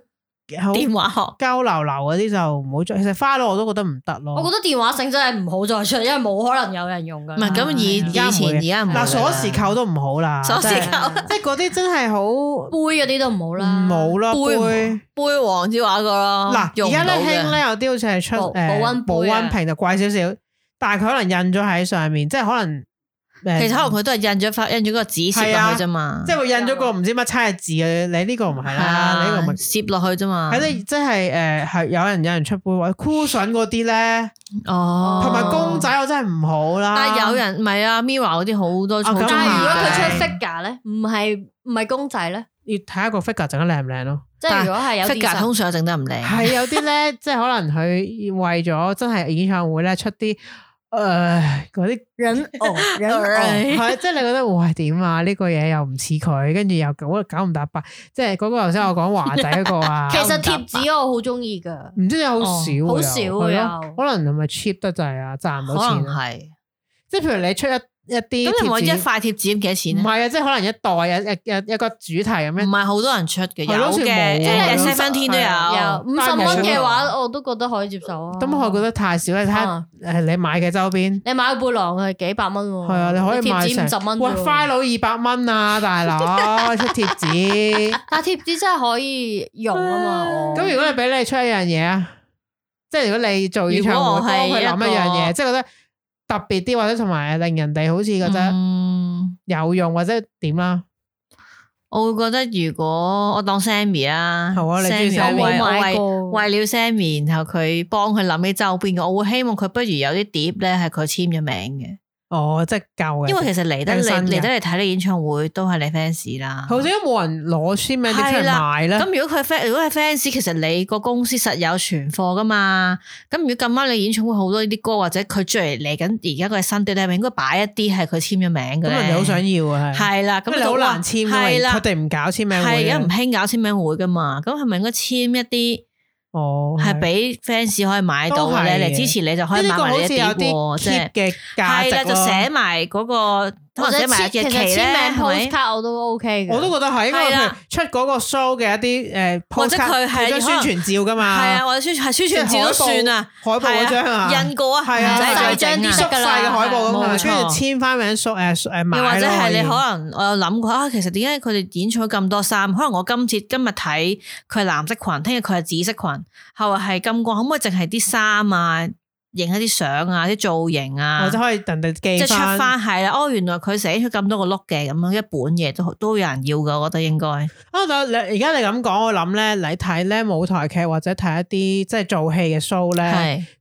C: 好好
B: 電話殼。
C: 交流流嗰啲就唔好着。其實花佬我都覺得唔得咯。
D: 我覺得電話繩真係唔好再出，因為冇可能有人用㗎啦。
B: 唔係咁以
D: 係啊
B: 以
C: 家唔會
B: 前
C: 嘅
B: 而家唔會
C: 嗱，鎖
B: 啦
C: 匙扣都唔好啦，
B: 鎖匙
C: 真係
B: 扣
C: 即係嗰啲真係好唔
D: 杯嗰啲都唔好啦，
C: 好啦
B: 杯唔哦
C: 杯。
B: 杯王之話個咯。
C: 嗱，而家咧興
B: 興
C: 咧有啲好似係出誒
D: 保保溫杯啊
C: 保溫瓶就貴少少，但係佢可能印咗喺上面，即係可能誒
B: 其實可能佢都係印咗塊印咗個紙攝落去啫嘛。
C: 即係會印咗個唔知乜差嘅字嘅，你呢個唔係
B: 係
C: 啦，
B: 啊嗯
C: 你呢個唔係。
B: 攝落去啫嘛。
C: 喺啲即係誒係有人有人出杯或者 cushion 嗰啲咧，
B: 哦，
C: 同埋公仔我真係唔好啦。
B: 但係有人唔係啊，Mira 嗰啲好多好
C: 咁
B: 中
C: 啊
B: 意
D: 但係如果佢
B: 嘅
D: 出 figure 咧，唔係唔係公仔咧，
C: 要睇下個 figure 整得靚唔靚咯。
D: 即係如果係有啲
B: figure 通常整得唔靚，
C: 係有啲咧， 即係可能佢為咗真係演唱會咧出啲诶 嗰啲。
D: 人偶， 人偶
B: 係
C: 系，即系你覺得哇點啊？呢個嘢又唔似佢，跟住又搞搞唔搭八，即係嗰個頭先我講華仔嗰個 啊，
D: 其實貼紙我好中意噶，
C: 唔知有好
B: 哦
C: 少啊喎，
D: 好少
C: 又
D: 又
C: 係咯可能係咪 cheap 得滯啊？賺唔
B: 可
C: 到錢
B: 能
C: 啊，
B: 係。
C: 即係譬如你出一一啲
B: 咁有冇一啊
C: 貼紙，
B: 塊貼紙幾多
C: 唔
B: 錢咧？
C: 係啊，即係可能一袋一一一一個主題咁
B: 唔
C: 樣，
B: 係好多人出
C: 係
B: 嘅，
C: 咯
B: 有
C: 好似
B: 嘅，
C: 冇
B: 即
D: 啊
B: 係
D: 五十
B: Seventeen 都
D: 有
B: 有。
D: 五十
C: 單
D: 蚊
C: 人
D: 嘅
C: 嘅
D: 話，我都覺得可以接受啊。
C: 咁我覺得太少。你睇下
D: 啊
C: 誒你買嘅周邊。
D: 你買個背囊係幾百蚊喎，
C: 係啊，你可以買成
D: 哦貼紙五十蚊
C: 喂
D: 啫喎，
C: 花佬二百蚊啊，大佬出貼紙。
D: 但貼紙真係可以用啊嘛。我
C: 咁如果你俾你出一樣嘢啊，即係如果你做演唱
B: 如果
C: 會，
B: 我
C: 幫
B: 係
C: 佢
B: 一個
C: 諗一樣嘢，即係覺得特別啲，或者同埋令人哋好似覺得
B: 嗯，
C: 有用或者點啦。
B: 我會覺得如果我當 Sammy 啦
C: 好啊你中意
B: ，Sammy 我為
C: Sammy
B: 我
D: 買
B: 為
D: 過
B: 為了 Sammy，然後佢幫佢諗啲周邊嘅，我會希望佢不如有啲碟咧係佢簽咗名嘅，
C: 哦，即係夠嘅。
B: 因為其實嚟得
C: 聽新
B: 嚟
C: 嘅
B: 嚟得嚟睇你演唱會都係你 fans 啦。
C: 好似都冇人攞簽名啲出嚟
B: 係啦
C: 賣咧。
B: 咁如果佢 fans，如果係 fans，其實你個公司實有存貨噶嘛。咁如果咁啱你演唱會好多呢啲歌，或者佢最嚟緊而家個新碟，你係咪應該擺一啲係佢簽咗名嘅
C: 咁
B: 咧？
C: 人哋好想要啊，係。
B: 係啦，
C: 咁
B: 咁
C: 你好難簽㗎嘛，
B: 係
C: 佢
B: 啦，
C: 哋唔搞簽名
B: 係而
C: 會
B: 家
C: 啊
B: 唔。興搞簽名會噶嘛？咁係咪應該簽一啲
C: 哦，
B: 係俾 fans 可以買到嘅
C: 都
B: 咧？
C: 係
B: 嚟支持你就可以
C: 呢
B: 買
C: 個
B: 埋
C: 好
B: 你一
C: 似有
B: 碟
C: 啲
B: 喎，即
C: keep
B: 係
C: 嘅價
B: 係啦，
C: 值
B: 就
C: 咯
B: 寫埋嗰個
D: 或
B: 可能
D: 者
B: 寫埋日
D: 簽其
B: 期
D: 實簽
B: 咧，
D: 名
B: 係咪
D: postcard 我都 OK 嘅。
C: 我都覺得係，因為
B: 係
C: 譬如
B: 啦
C: 出嗰個 show 嘅一啲誒，
B: 或者佢
C: postcard，
B: 係
C: 張宣傳照噶嘛，
B: 係啊，或者宣傳宣傳照都算啊。
C: 海報嗰張啊，
B: 印過啊，
C: 係啊
B: 唔使再
D: 細張
B: 整
D: 啲
B: 啊
D: 得
C: 縮
D: 㗎
C: 細
D: 啦
C: 嘅海報咁啊，
B: 冇
C: 跟
B: 錯
C: 住簽翻名縮誒誒買
B: 又
C: 咯
B: 或者係你
C: 可以
B: 可能我有諗過啊，其實點解佢哋演唱會咁多衫？可能我今次今日睇佢係藍色裙，聽日佢係紫色裙，後日係金光，可唔可以淨係啲衫啊，影一啲相啊，啲造型啊
C: 或者，可以人哋
B: 即
C: 寄
B: 係出
C: 翻
B: 翻係啦。哦，原來佢寫咗咁多個碌嘅，咁樣一本嘢都都有人要噶，我覺得應該
C: 啊！但你而家你咁講，我諗咧，你睇咧舞台劇或者睇一啲即係做戲嘅 show 咧，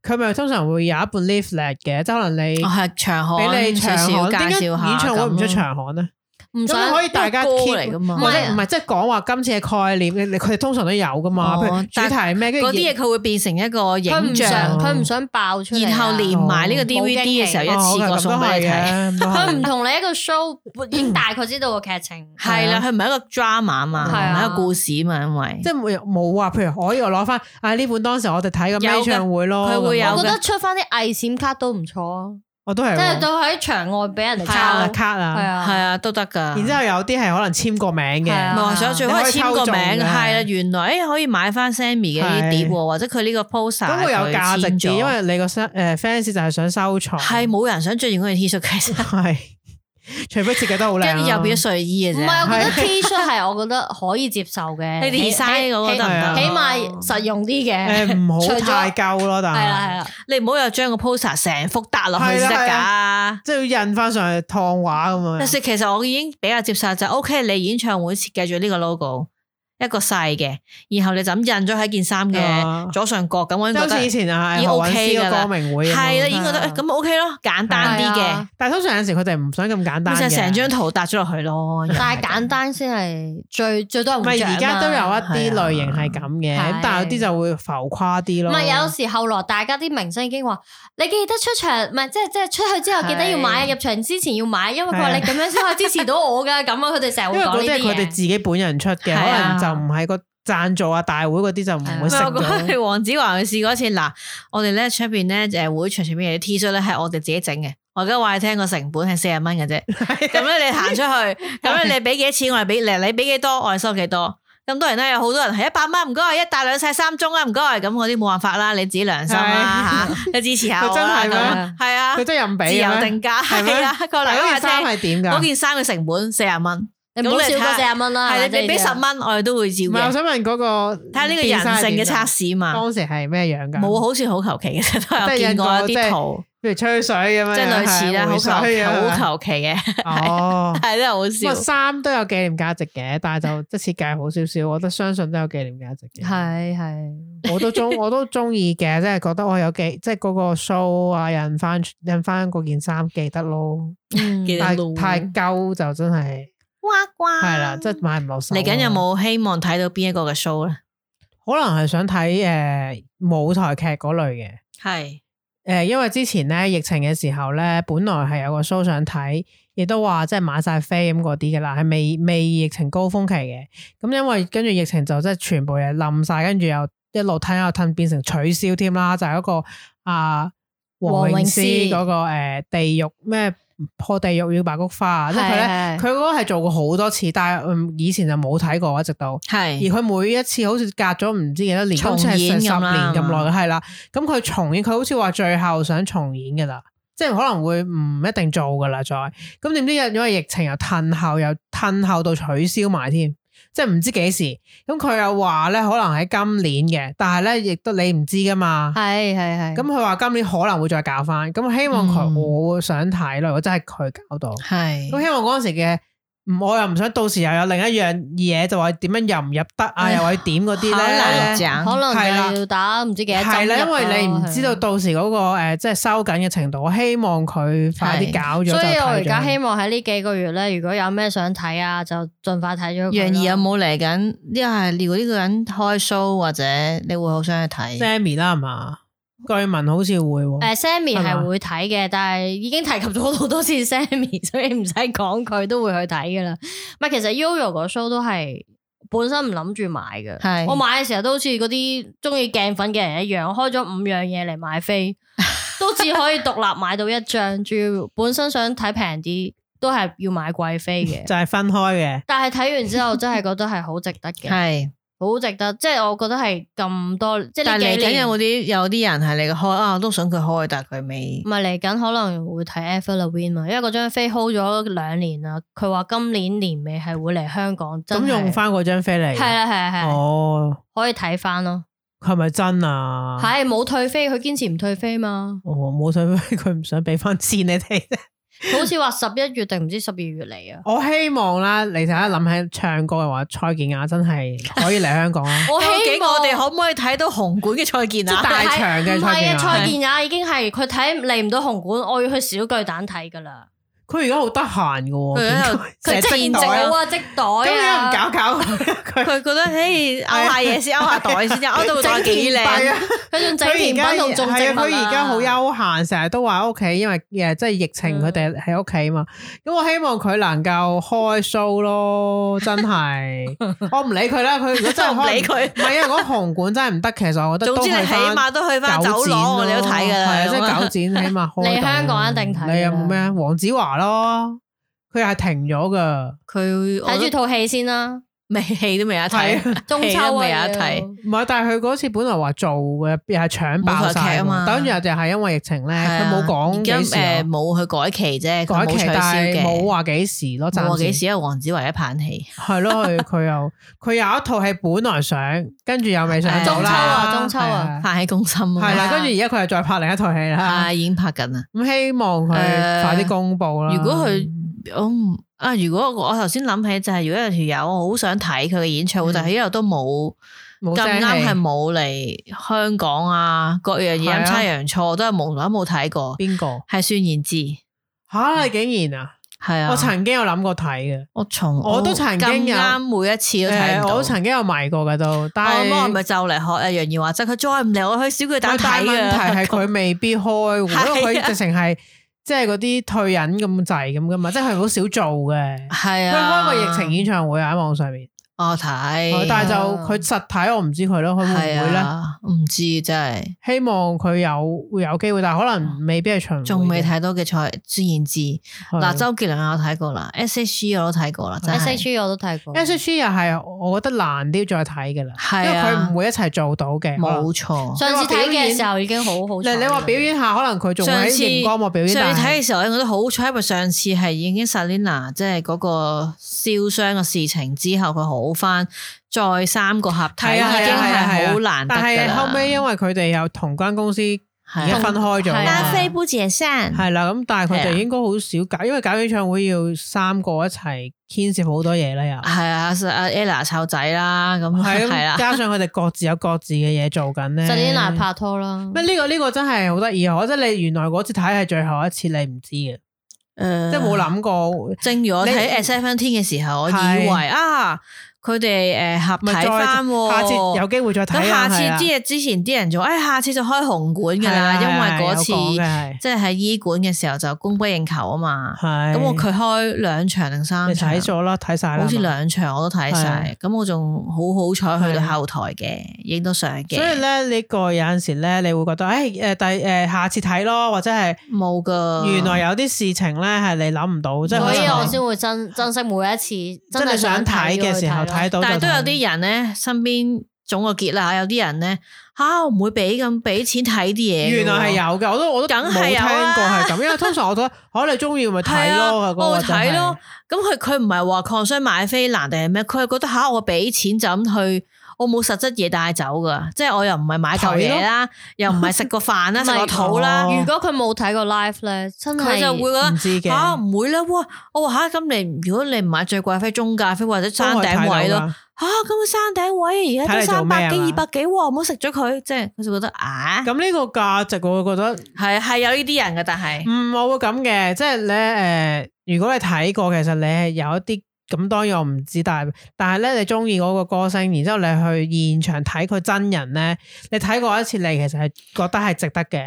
B: 係
C: 佢咪通常會有一本 leaflet 嘅，即係可能你
B: 哦係長巷
C: 俾你
B: 少
C: 長
B: 少
C: 行，
B: 介
C: 點解
B: 紹下
C: 演唱會唔出
B: 長，
C: 長行咧？
D: 唔
C: 咁你可以大家
D: 歌
C: keep
D: 嚟噶嘛，
C: 或者唔係即係講話今次嘅概念，你你佢哋通常都有噶嘛，
B: 啊哦
C: 譬如主題係咩，跟住
B: 嗰啲嘢佢會變成一個
D: 佢
B: 影
D: 唔
B: 像
D: 想。
C: 哦
D: 佢唔想爆出嚟啊，
B: 然後連埋呢個
D: 哦
B: DVD 嘅時候一
C: 哦
B: 次過送俾你
C: 睇，
B: 睇，
D: 佢
C: 佢
D: 唔同你一個 show 已經大概知道個劇情，
B: 係啦，佢唔係一個 drama 嘛，
D: 係
B: 唔
D: 啊
B: 係一個故事嘛，因為
C: 啊即係冇冇話，譬如我呢度攞翻啊呢本當時我哋睇嘅
B: 有
C: 咩
B: 嘅
C: 唱會咯，
B: 佢會有
C: 咁
D: 我覺
B: 嘅
D: 得出翻啲藝閃卡都唔錯啊，
C: 我都係
D: 即係
C: 喎
D: 到喺場外俾人哋抄，
C: 卡啊
D: 係
C: 卡啊，
D: 啊，
B: 係，啊都得噶。
C: 然之後有啲係可能簽過名
D: 係
C: 嘅
D: 啊
B: 唔係話想最好係簽
C: 你可以抽
B: 個名，
C: 中嘅
B: 係啦，原來哎誒可以買翻 Sammy 嘅呢啲碟喎，或者佢呢個 poster
C: 咁會有價值
B: 佢簽
C: 啲，
B: 咗
C: 因為你個誒 fans 就係想收藏，
B: 係冇人想着完嗰件 T 恤嘅，其實
C: 係， 除非設計得好靚啊啦，
B: 跟住又變咗睡衣嘅
D: 唔
B: 啫。
D: 係我覺
C: 係
D: 得 T 恤係 我覺得可以接受嘅，
B: 啊你
D: 起
B: design 嗰個
D: 起
B: 得啊
C: 唔得
D: 起碼實用啲嘅，
C: 誒唔
D: 除
C: 好
D: 咗
C: 太舊咯，但
D: 係啦係
C: 係
D: 啦，
B: 你唔好又將個 poster 成幅搭落去先得
C: 係啊
B: 㗎。
C: 即係要印翻上去燙畫咁
B: 但
C: 啊，
B: 是其實我已經比較接受就係 OK，你演唱會設計咗呢個 logo 一個細嘅，然後你就咁印咗喺件衫
C: 啊
B: 嘅左上角咁，我已
C: 即係
B: 經
C: 好
B: 覺
C: 似以
B: 得
C: 前啊
B: 已
C: 何韻
B: 經
C: 詩
B: OK 㗎
C: 個
B: 啦
C: 歌明會咁
B: 係啦，
C: 咯
B: 已經覺
D: 係
B: 得
D: 啊
B: 誒咁 OK 咯，簡單啲
D: 係
B: 嘅
D: 啊，
C: 但係通常有時佢哋唔想咁簡單
B: 咁就
C: 嘅，
B: 成張圖搭咗落去咯。又係
D: 但係簡單先係最最多人
C: 唔係
D: 會著啊
C: 而家都有一啲
B: 係啊
C: 類型係咁嘅，
D: 係
C: 咁但係有啲就會浮誇啲
D: 唔
C: 咯。
D: 係有時後來大家啲明星已經話：你記得出場，唔係即係即係出去之後記得要買，入場之前要買，因為佢話
C: 係啊
D: 你咁樣先可以支持到我㗎。咁啊，佢哋成日
C: 因
D: 會
C: 為
D: 講
C: 嗰
D: 呢
C: 啲係佢哋
D: 啲嘢。
C: 自己本人出嘅，
B: 係
C: 可能
B: 啊
C: 就唔係個贊助啊大會嗰啲就唔會
B: 唔
C: 食
B: 係我 講
C: 咗。
B: 係黃子華佢試過一次嗱，我哋咧出邊咧誒會場前面有啲 T 恤咧係我哋自己整嘅。我而家話你聽個成本係四十蚊嘅啫，
C: 啊
B: 咁咧你行出去，咁咧你俾幾多錢我哋俾，嗱你俾幾多我哋收幾多。咁當然啦，有好多人係一百蚊，唔該，一大兩細三盅啊，唔該。咁嗰啲冇辦法啦，你自己良心啦嚇，你支持下
C: 佢
B: 我啦
C: 真係
B: 咁
C: 咩
B: 樣係啊
C: 佢，真係任
B: 自
C: 俾
B: 由
C: 嘅咩？
B: 定價
C: 係咩
B: 係啊。佢
C: 但係嗰件
B: 話
C: 衫係點
B: 嗰
C: 㗎？啊
B: 件衫嘅成本四十蚊，
D: 你唔好少過四十蚊啦，
B: 係
D: 即係
B: 你俾
D: 呢
B: 十
D: 啲
B: 蚊，我哋都會照
C: 唔係，我
B: 嘅。
C: 想問嗰個
B: 睇下呢個人性嘅測
C: 試，
B: 試嘛。
C: 當時係咩樣㗎？
B: 冇，好似好求其嘅， 其實都有見過一
C: 即係
B: 啲圖，
C: 譬如吹水咁樣，
B: 即係類似啦，好
C: 回
B: 求
C: 水咁樣
B: 好求 其嘅，
C: 哦。
B: 係真
C: 啊咁
B: 係
C: 啊
B: 好笑。
C: 衫都有紀念價值嘅，但係就即係設計好少少，我覺得相信都有紀念價值嘅。
D: 係係
C: 我都 中我都中意嘅，即係覺得我有記，即係嗰個 show 啊，印翻印翻嗰件衫記得咯。
D: 嗯
B: 記得
C: 但
B: 咯
C: 係太舊就真係
B: 呱呱，
C: 係啦，即係買唔落手。啊
B: 嚟緊有？冇希望睇到邊一個嘅 show 咧？
C: 可能係想睇诶、舞台劇嗰類嘅。
B: 係
C: 诶、呃因為之前咧疫情嘅時候咧，本來係有個 show 想睇，亦都話即係買晒飛咁嗰啲嘅啦，係未未疫情高峰期嘅。咁因為跟住疫情就即係全部嘢冧晒，跟住又一路褪一路褪，變成取消添啦。就係、嗰個啊黃
D: 黃
C: 詠
D: 詠
C: 詩
D: 詩
C: 嗰、個、呃、地獄咩破地獄與白菊花啊，即係佢咧。
D: 係
C: 佢嗰個係做過好多次，但係嗯以前就冇睇過，一直到。而
B: 係，
C: 佢每一次好似隔咗唔知幾多年，
B: 重
C: 好似係成
B: 演
C: 十
B: 咁
C: 年
B: 啦嗯
C: 咁
B: 係
C: 耐，
B: 嘛
C: 係啦。咁佢重演，佢好似話最後想重演噶啦，即係可能會唔一定做噶啦，再咁點知因為疫情又褪後，又褪後到取消埋添，即係唔知幾時。咁佢又話咧，可能喺今年嘅，但係咧亦都你唔知噶嘛。
D: 係係係。
C: 咁佢話今年可能會再搞翻，咁希望佢、
B: 嗯
C: 我想睇咯，如果真係佢搞到。咁
B: 係
C: 希望嗰陣時嘅，唔我又唔想到時又有另一樣嘢，就話點樣入唔入得啊，
D: 唉
C: 又話點嗰啲
B: 好難
C: 咧。
B: 講
D: 可能
C: 係啦
D: 就要打唔知啊幾多針
C: 係啦，因為你
D: 入
C: 唔
D: 啊咯
C: 知道
D: 係
C: 到時嗰、個、呃、即係收緊嘅程度，我希望佢快啲搞咗就
D: 所以我而
C: 睇
D: 家
C: 咗
D: 希。望喺呢幾個月咧，如果有咩想睇啊，就盡快睇咗佢咯。
B: 楊怡有冇嚟緊？一係如果呢個人開 show 或者你會好想去睇，
C: Sammy 啦，係嘛？據聞好似會喎。
D: 誒呃 Sammy
C: 係嘛
D: 係會睇嘅，但係已經提及咗好多次 Sammy，所以唔使講佢都會去睇噶啦。唔係，其實 Yoyo 個 show 都係本身唔諗住買嘅。
B: 係
D: 我買嘅時候都好似嗰啲中意鏡粉嘅人一樣，我開咗五樣嘢嚟買飛，都只可以獨立買到一張。仲要本身想睇平啲，都係要買貴飛嘅。
C: 就係分開嘅，
D: 但係睇完之後，真係覺得係好值得嘅，
B: 係。
D: 好值得。即係我覺得係咁多，即係
B: 但
D: 呢
B: 系嚟
D: 幾
B: 緊
D: 年
B: 有冇啲有啲人係你嘅開啊，我都想佢開，但係佢未
D: 唔。係嚟緊可能會睇 Avril Lavigne 嘛，因為嗰張飛 hold 咗兩年啦。佢話今年年尾係會嚟香港，真
C: 咁
D: 係
C: 用翻嗰張飛嚟。啊
D: 係啦係啦係啦，
C: 哦，
D: 可以睇翻咯。
C: 係咪真啊？
D: 係冇退飛，佢堅持唔退飛嘛。
C: 哦，冇想佢唔想俾 翻錢你哋。
D: 佢好似話十一月定唔知十二月嚟 啊。。
C: 我希望啦，你成日諗起唱歌嘅話，蔡健雅真係可以嚟香港啦
D: 我希
B: 究竟
D: 望
B: 我哋可唔可以睇到紅館嘅蔡健
C: 即係大
B: 啊？
C: 場嘅蔡
D: 唔
C: 健
D: 係
C: 雅
D: 啊，蔡健雅已經係佢睇嚟唔到紅館，我要去小巨蛋睇㗎啦。
C: 佢而家好得閒嘅喎，
B: 佢喺度
C: 成日
D: 佢即
C: 織
D: 現
C: 袋
D: 好
C: 啊
D: 啊，即袋
C: 咁樣唔
D: 啊，
C: 搞搞佢，
B: 佢覺得誒，勾下嘢先，勾下袋先，勾 到個袋幾
D: 係
B: 靚
D: 啊。佢仲整甜品同種
C: 係
D: 植
C: 啊
D: 物
C: 佢而家好
D: 優。
C: 休閒，成日都話屋企，因為誒即係疫情，
D: 嗯
C: 佢哋喺屋企嘛。咁我希望佢能夠開 show 咯，真係我唔理佢啦。佢如果真係
B: 我唔
C: 開
B: 理佢
C: 唔係啊！嗰紅館真係唔得，其實我覺得
B: 總
C: 都
B: 之
C: 係
B: 你起
C: 返
B: 碼都去翻走廊，我哋都睇㗎
C: 係
B: 啦。
C: 啊，即係
B: 咁啊
C: 九展起碼開到。
D: 你香港一定睇㗎啦
C: 你有冇咩啊？黃子華咯，佢係停咗噶，
B: 佢
D: 睇住
B: 套
D: 套戲先啦，
B: 未戲都未有得
C: 係
B: 睇，
D: 中
B: 戲
D: 秋
B: 都
D: 啊
B: 未有
D: 要
B: 得睇。
C: 唔係，但係佢嗰次本來話做嘅，又係搶爆晒
B: 舞台劇啊
C: 㗎
B: 嘛
C: 但跟住又就係因為疫情咧，
B: 係
C: 佢
B: 啊
C: 冇講
B: 而家
C: 幾時
B: 誒
C: 啊
B: 冇去改期啫，佢
C: 改
B: 冇取
C: 期，
B: 消
C: 但係
B: 嘅。
C: 冇話幾時咯，
B: 冇話
C: 暫
B: 幾
C: 時
B: 時啊？黃子華一棒戲，
C: 係咯， 佢佢又佢有一套戲本來想，跟住又未上到
B: 中秋
C: 啦，
D: 啊中秋啊
C: 係啊，
B: 拍喺攻心啊！
C: 係啦，
D: 啊
C: 跟住而家佢又再拍另一套戲啦
B: 啊，，已經拍緊啦。
C: 咁希望佢
B: 誒
C: 快啲公佈啦。
B: 如果佢我唔啊，如果我我頭先諗起就係，如果有條友我好想睇佢嘅演唱會，
C: 嗯
B: 但係一路都冇
C: 冇
B: 咁
C: 聲
B: 啱
C: 氣
B: 係冇嚟香港啊，各樣嘢
C: 係啊
B: 陰差陽錯我都係無啦啦冇睇過，
C: 邊個
B: 係孫燕姿，
C: 吓？你竟然啊！
B: 係啊，
C: 我曾經有諗過睇嘅，
B: 我從
C: 我都曾經有
B: 哦咁啱每一次都睇
C: 誒我
B: 唔到哦
C: 都。曾經有迷過嘅都，但
B: 我
C: 係
B: 媽咪就嚟學阿楊怡話齋，佢再唔嚟我去小巨
C: 但
B: 蛋睇
C: 係
B: 啊
C: 問題係
B: 嘅。
C: 佢未必開喎，因為
B: 係
C: 佢
B: 啊
C: 直情係即係嗰啲退隱咁滯咁噶嘛，即係佢好少做嘅。
B: 係
C: 佢開
B: 啊，
C: 過疫情演唱會啊喺網上面，
B: 我睇，
C: 但係就
D: 啊
C: 佢實體我唔知佢咯，佢會唔
B: 哎係
C: 會咧？
B: 啊，唔知真係。
C: 希望佢有會有機會，但係可能未必係巡迴嘅。
B: 哦仲未睇到嘅蔡孫燕姿，
C: 係
B: 嗱周杰倫我睇過啦，S.H.E 我都睇過啦
C: 哦
B: 真係
D: S H E 我都睇過
C: S H E 又係我覺得難啲再睇嘅啦，
B: 係
C: 因為
B: 啊
C: 佢唔會一齊做到嘅。可能
B: 冇錯。
D: 上次睇嘅時候已經好好彩
C: 嗱，
D: 啦。
C: 你話表演下，可能佢仲會
B: 上
C: 喺
B: 次
C: 熒光幕表演，
B: 上次睇
C: 但
B: 嘅
C: 係
B: 時候咧，我都好彩，因為上次係已經 Selina 即係嗰個燒傷嘅事情之後，佢好翻，再三個合體已
C: 係
B: 經
C: 啊係啊係
B: 係
C: 啊
B: 好難得
C: 但係
B: 㗎啦。
C: 後尾因為佢哋又同間公司而
B: 係
C: 家
B: 啊
C: 分開咗
D: 係啊
B: 但
C: 啊
B: 非
C: 嘛，
B: 不解散，
C: 係啦，咁但係佢
B: 係啊
C: 哋應該好少搞，因為搞演唱會要三個一齊牽涉好多嘢啦，又
B: 係啊，阿 Ella 湊仔啦，咁
C: 係啊
B: 係啊
C: 咁，
B: 啦，
C: 加上佢哋各自有各自嘅嘢做緊咧。
D: Selina 拍拖啦，
C: 咩呢個呢個真係好得意啊！我覺得你原來嗰次睇係最後一次，你唔知嘅，
D: 诶，
C: 即系冇諗過，
B: 正如我睇
C: 你
B: S F N 天嘅時候，我以
C: 係
B: 為啊，佢哋诶合體
C: 咪再
B: 翻喎，
C: 下次有機會再睇
B: 咁
C: 啦
B: 下次
C: 係啊啦
B: 啲嘢之前啲人做，诶下次就開紅館㗎啦，
C: 啊
B: 因為嗰次即係喺醫館嘅時候就供不應求啊嘛。
C: 系
B: 咁
C: 咁
B: 我佢開兩場定
C: 你
B: 三場，
C: 睇咗啦，睇晒啦，
B: 好似
C: 係嘛啊
B: 兩場我都睇晒，咁我仲好好彩去到
C: 係
B: 後台嘅，影到相嘅。
C: 所以咧，呢個有阵时咧，你會覺得，诶、誒，第诶、下次睇咯，或者係
B: 冇噶，
C: 原來有啲事情咧係你諗唔到，即係
D: 所以
C: 可能
D: 我先會珍珍惜每一次
C: 真係
D: 係
C: 想睇嘅時候睇
D: 睇
C: 到就睇，
B: 但係都有啲人咧，身邊總個結啦，有啲人咧吓唔會俾咁俾錢睇啲嘢嘅喎，
C: 原來係有嘅，我都我都
B: 梗
C: 冇
B: 係
C: 聽
B: 有
C: 過
B: 啊
C: 係咁，因為通常我覺得，可你中意咪睇
B: 係啊
C: 咯，嗰個
B: 我會
C: 就係
B: 睇咯。。咁佢佢唔係話抗商買飛難定係咩？佢係覺得啊吓我俾錢就咁去。我冇實質嘢帶走噶，即係我又唔係買嚿嘢啦，又唔係食個 飯啦，
D: 唔
B: 食
D: 係
B: 個肚啦，
C: 哦
D: 如果佢冇睇過 live 咧，真係
B: 佢就會
C: 唔
B: 覺
C: 知嘅
B: 得吓唔會啦，哇！我話吓咁你如果你唔買最貴飛中價飛或者山頂位咯，吓咁佢山頂位而
C: 睇
B: 家都
C: 嚟做
B: 三
C: 咩
B: 百
C: 啊
B: 幾
C: 嘛
B: 二百幾喎，唔好食咗佢，即係佢就覺得啊，
C: 咁呢個價值我會覺得。
B: 係係有呢啲人嘅，但係
C: 嗯，我會咁嘅，即係咧诶，誒如果你睇過，其實你係有一啲咁，當然我唔知，但係但係咧，你中意嗰個歌星，然之後你去現場睇佢真人咧，你睇過一次，你其實係覺得係值得嘅，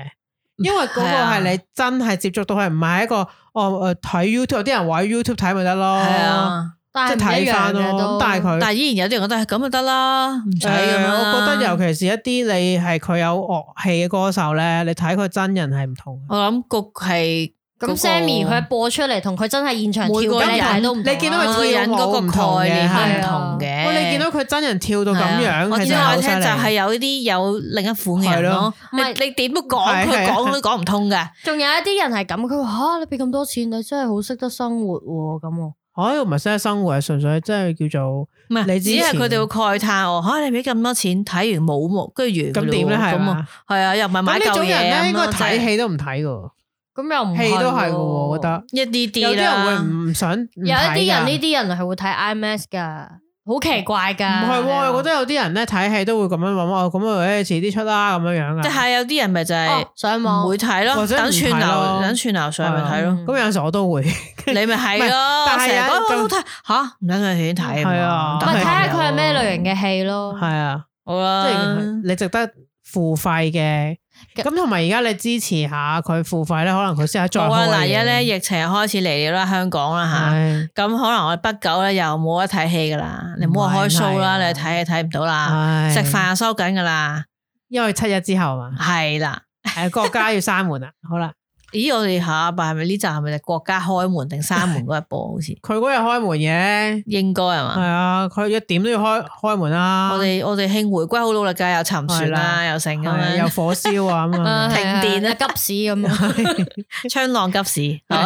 C: 因為嗰個
B: 係啊
C: 係你真係接觸到佢，唔係一個哦诶睇 YouTube，有啲人話喺 YouTube 睇咪得咯，
B: 係啊。
C: 即係
D: 但係唔一
C: 睇
D: 樣
C: 翻
D: 嘅
C: 咯，
D: 都
C: 咁但係佢。
B: 但系依然有啲人覺得係哎咁就得啦，唔使
C: 誒
B: 咁樣啦
C: 我覺得尤其是一啲你係佢有樂器嘅歌手咧，你睇佢真人係唔同嘅。
B: 我諗局係嗰個
D: 咁 Sammy 佢播出嚟同佢真係現場跳
B: 每個
D: 嘅
B: 人
D: 你睇都唔同
C: 你
D: 啦
C: 見到佢
B: 每個人嗰個概念係唔啊同嘅。
C: 喂，你見到佢真人跳到咁
B: 係啊
C: 樣，
B: 我
C: 其
B: 見
C: 實
B: 到我
C: 好
B: 聽
C: 犀
B: 就係
C: 利。
B: 有呢啲有另一款嘅人咯，
D: 係咯
B: 你你點都講
C: 係
B: 佢
C: 係
B: 講都講唔通嘅。
D: 仲有一啲人係咁，佢話吓你俾咁多錢，你真係好識得生活喎咁喎。
C: 我哎呢個唔係真係生活，係純粹真係叫做
B: 唔係，
C: 你
B: 只
C: 之
B: 係
C: 前
B: 佢哋會慨嘆我，嚇你俾咁多錢睇完冇冇，跟住完㗎
C: 咁點咧
B: 咯喎
C: 係
B: 咁
C: 嘛
B: 啊，係啊，又唔係買
C: 咁呢
B: 嚿
C: 種人
B: 嘢
C: 咧，應該
B: 咁咯啊
C: 睇
B: 真係
C: 戲都唔睇噶，
D: 咁又唔
C: 戲都係
D: 係
C: 嘅喎，我覺得。
B: 一啲
C: 有
B: 啲
C: 啲人
B: 啦。
C: 會唔想有
D: 有一啲人呢
C: 啲
D: 啲人係會睇 IMAX 噶，好奇怪噶。
C: 唔係喎，我覺得有啲人咧睇戲都會咁樣諗，哦咁啊，誒遲啲出啦咁樣樣
B: 即
C: 啊。
B: 係有啲人咪就係
D: 哦上網
B: 唔會睇咯，
C: 或者唔
B: 等
C: 睇
B: 串流
C: 咯
B: 等串流上咪睇咯。
C: 啊咁有陣時我 都會，
B: 你咪係
C: 唔係
B: 咯，
C: 但係
B: 成日
C: 啊
B: 講
C: 咁
B: 我都睇吓，唔使上戲院睇
C: 係啊
D: 咪睇下佢係咩
B: 類，
D: 類型嘅戲咯。
C: 係啊。
B: 好
C: 即
B: 啦，
C: 係你值得付費嘅。
D: 咁
C: 咁同埋而家你支持下佢付費咧，可能佢先係再
B: 好
C: 開嘅
B: 啦，啊嗱，而
C: 嘢
B: 家咧疫情開始嚟啦，香港啦
C: 係
B: 吓，咁可能我哋不久咧又冇得睇戲噶啦，你唔好話
C: 唔係
B: 開 show 啦，
C: 唔係
B: 你睇戲睇唔到啦，
C: 係
B: 食飯又收緊噶啦，
C: 因為七日之後 嘛，
B: 係啦。
C: 係國家要閂門啦。好啦，
B: 咦，我哋下一拜係咪呢集係咪就國家開門定閂門嗰日 播？好似
C: 佢嗰日開門嘅，
B: 應該係
C: 係
B: 嘛？
C: 啊，佢一點都要開開門啦。
B: 我哋我哋慶回歸好努力㗎，又沉船啦，
C: 係啦
B: 又成咁
C: 係啊有
B: 樣，
C: 火燒啊咁
D: 啊
C: 啊，
D: 係啊
B: 停電 啊
D: 急屎 咁樣。
B: 槍浪急屎。好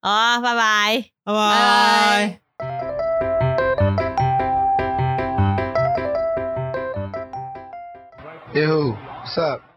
B: 好啊，拜拜。
C: 拜
D: 拜
C: 拜
D: 拜。
A: Hey, who? What's up?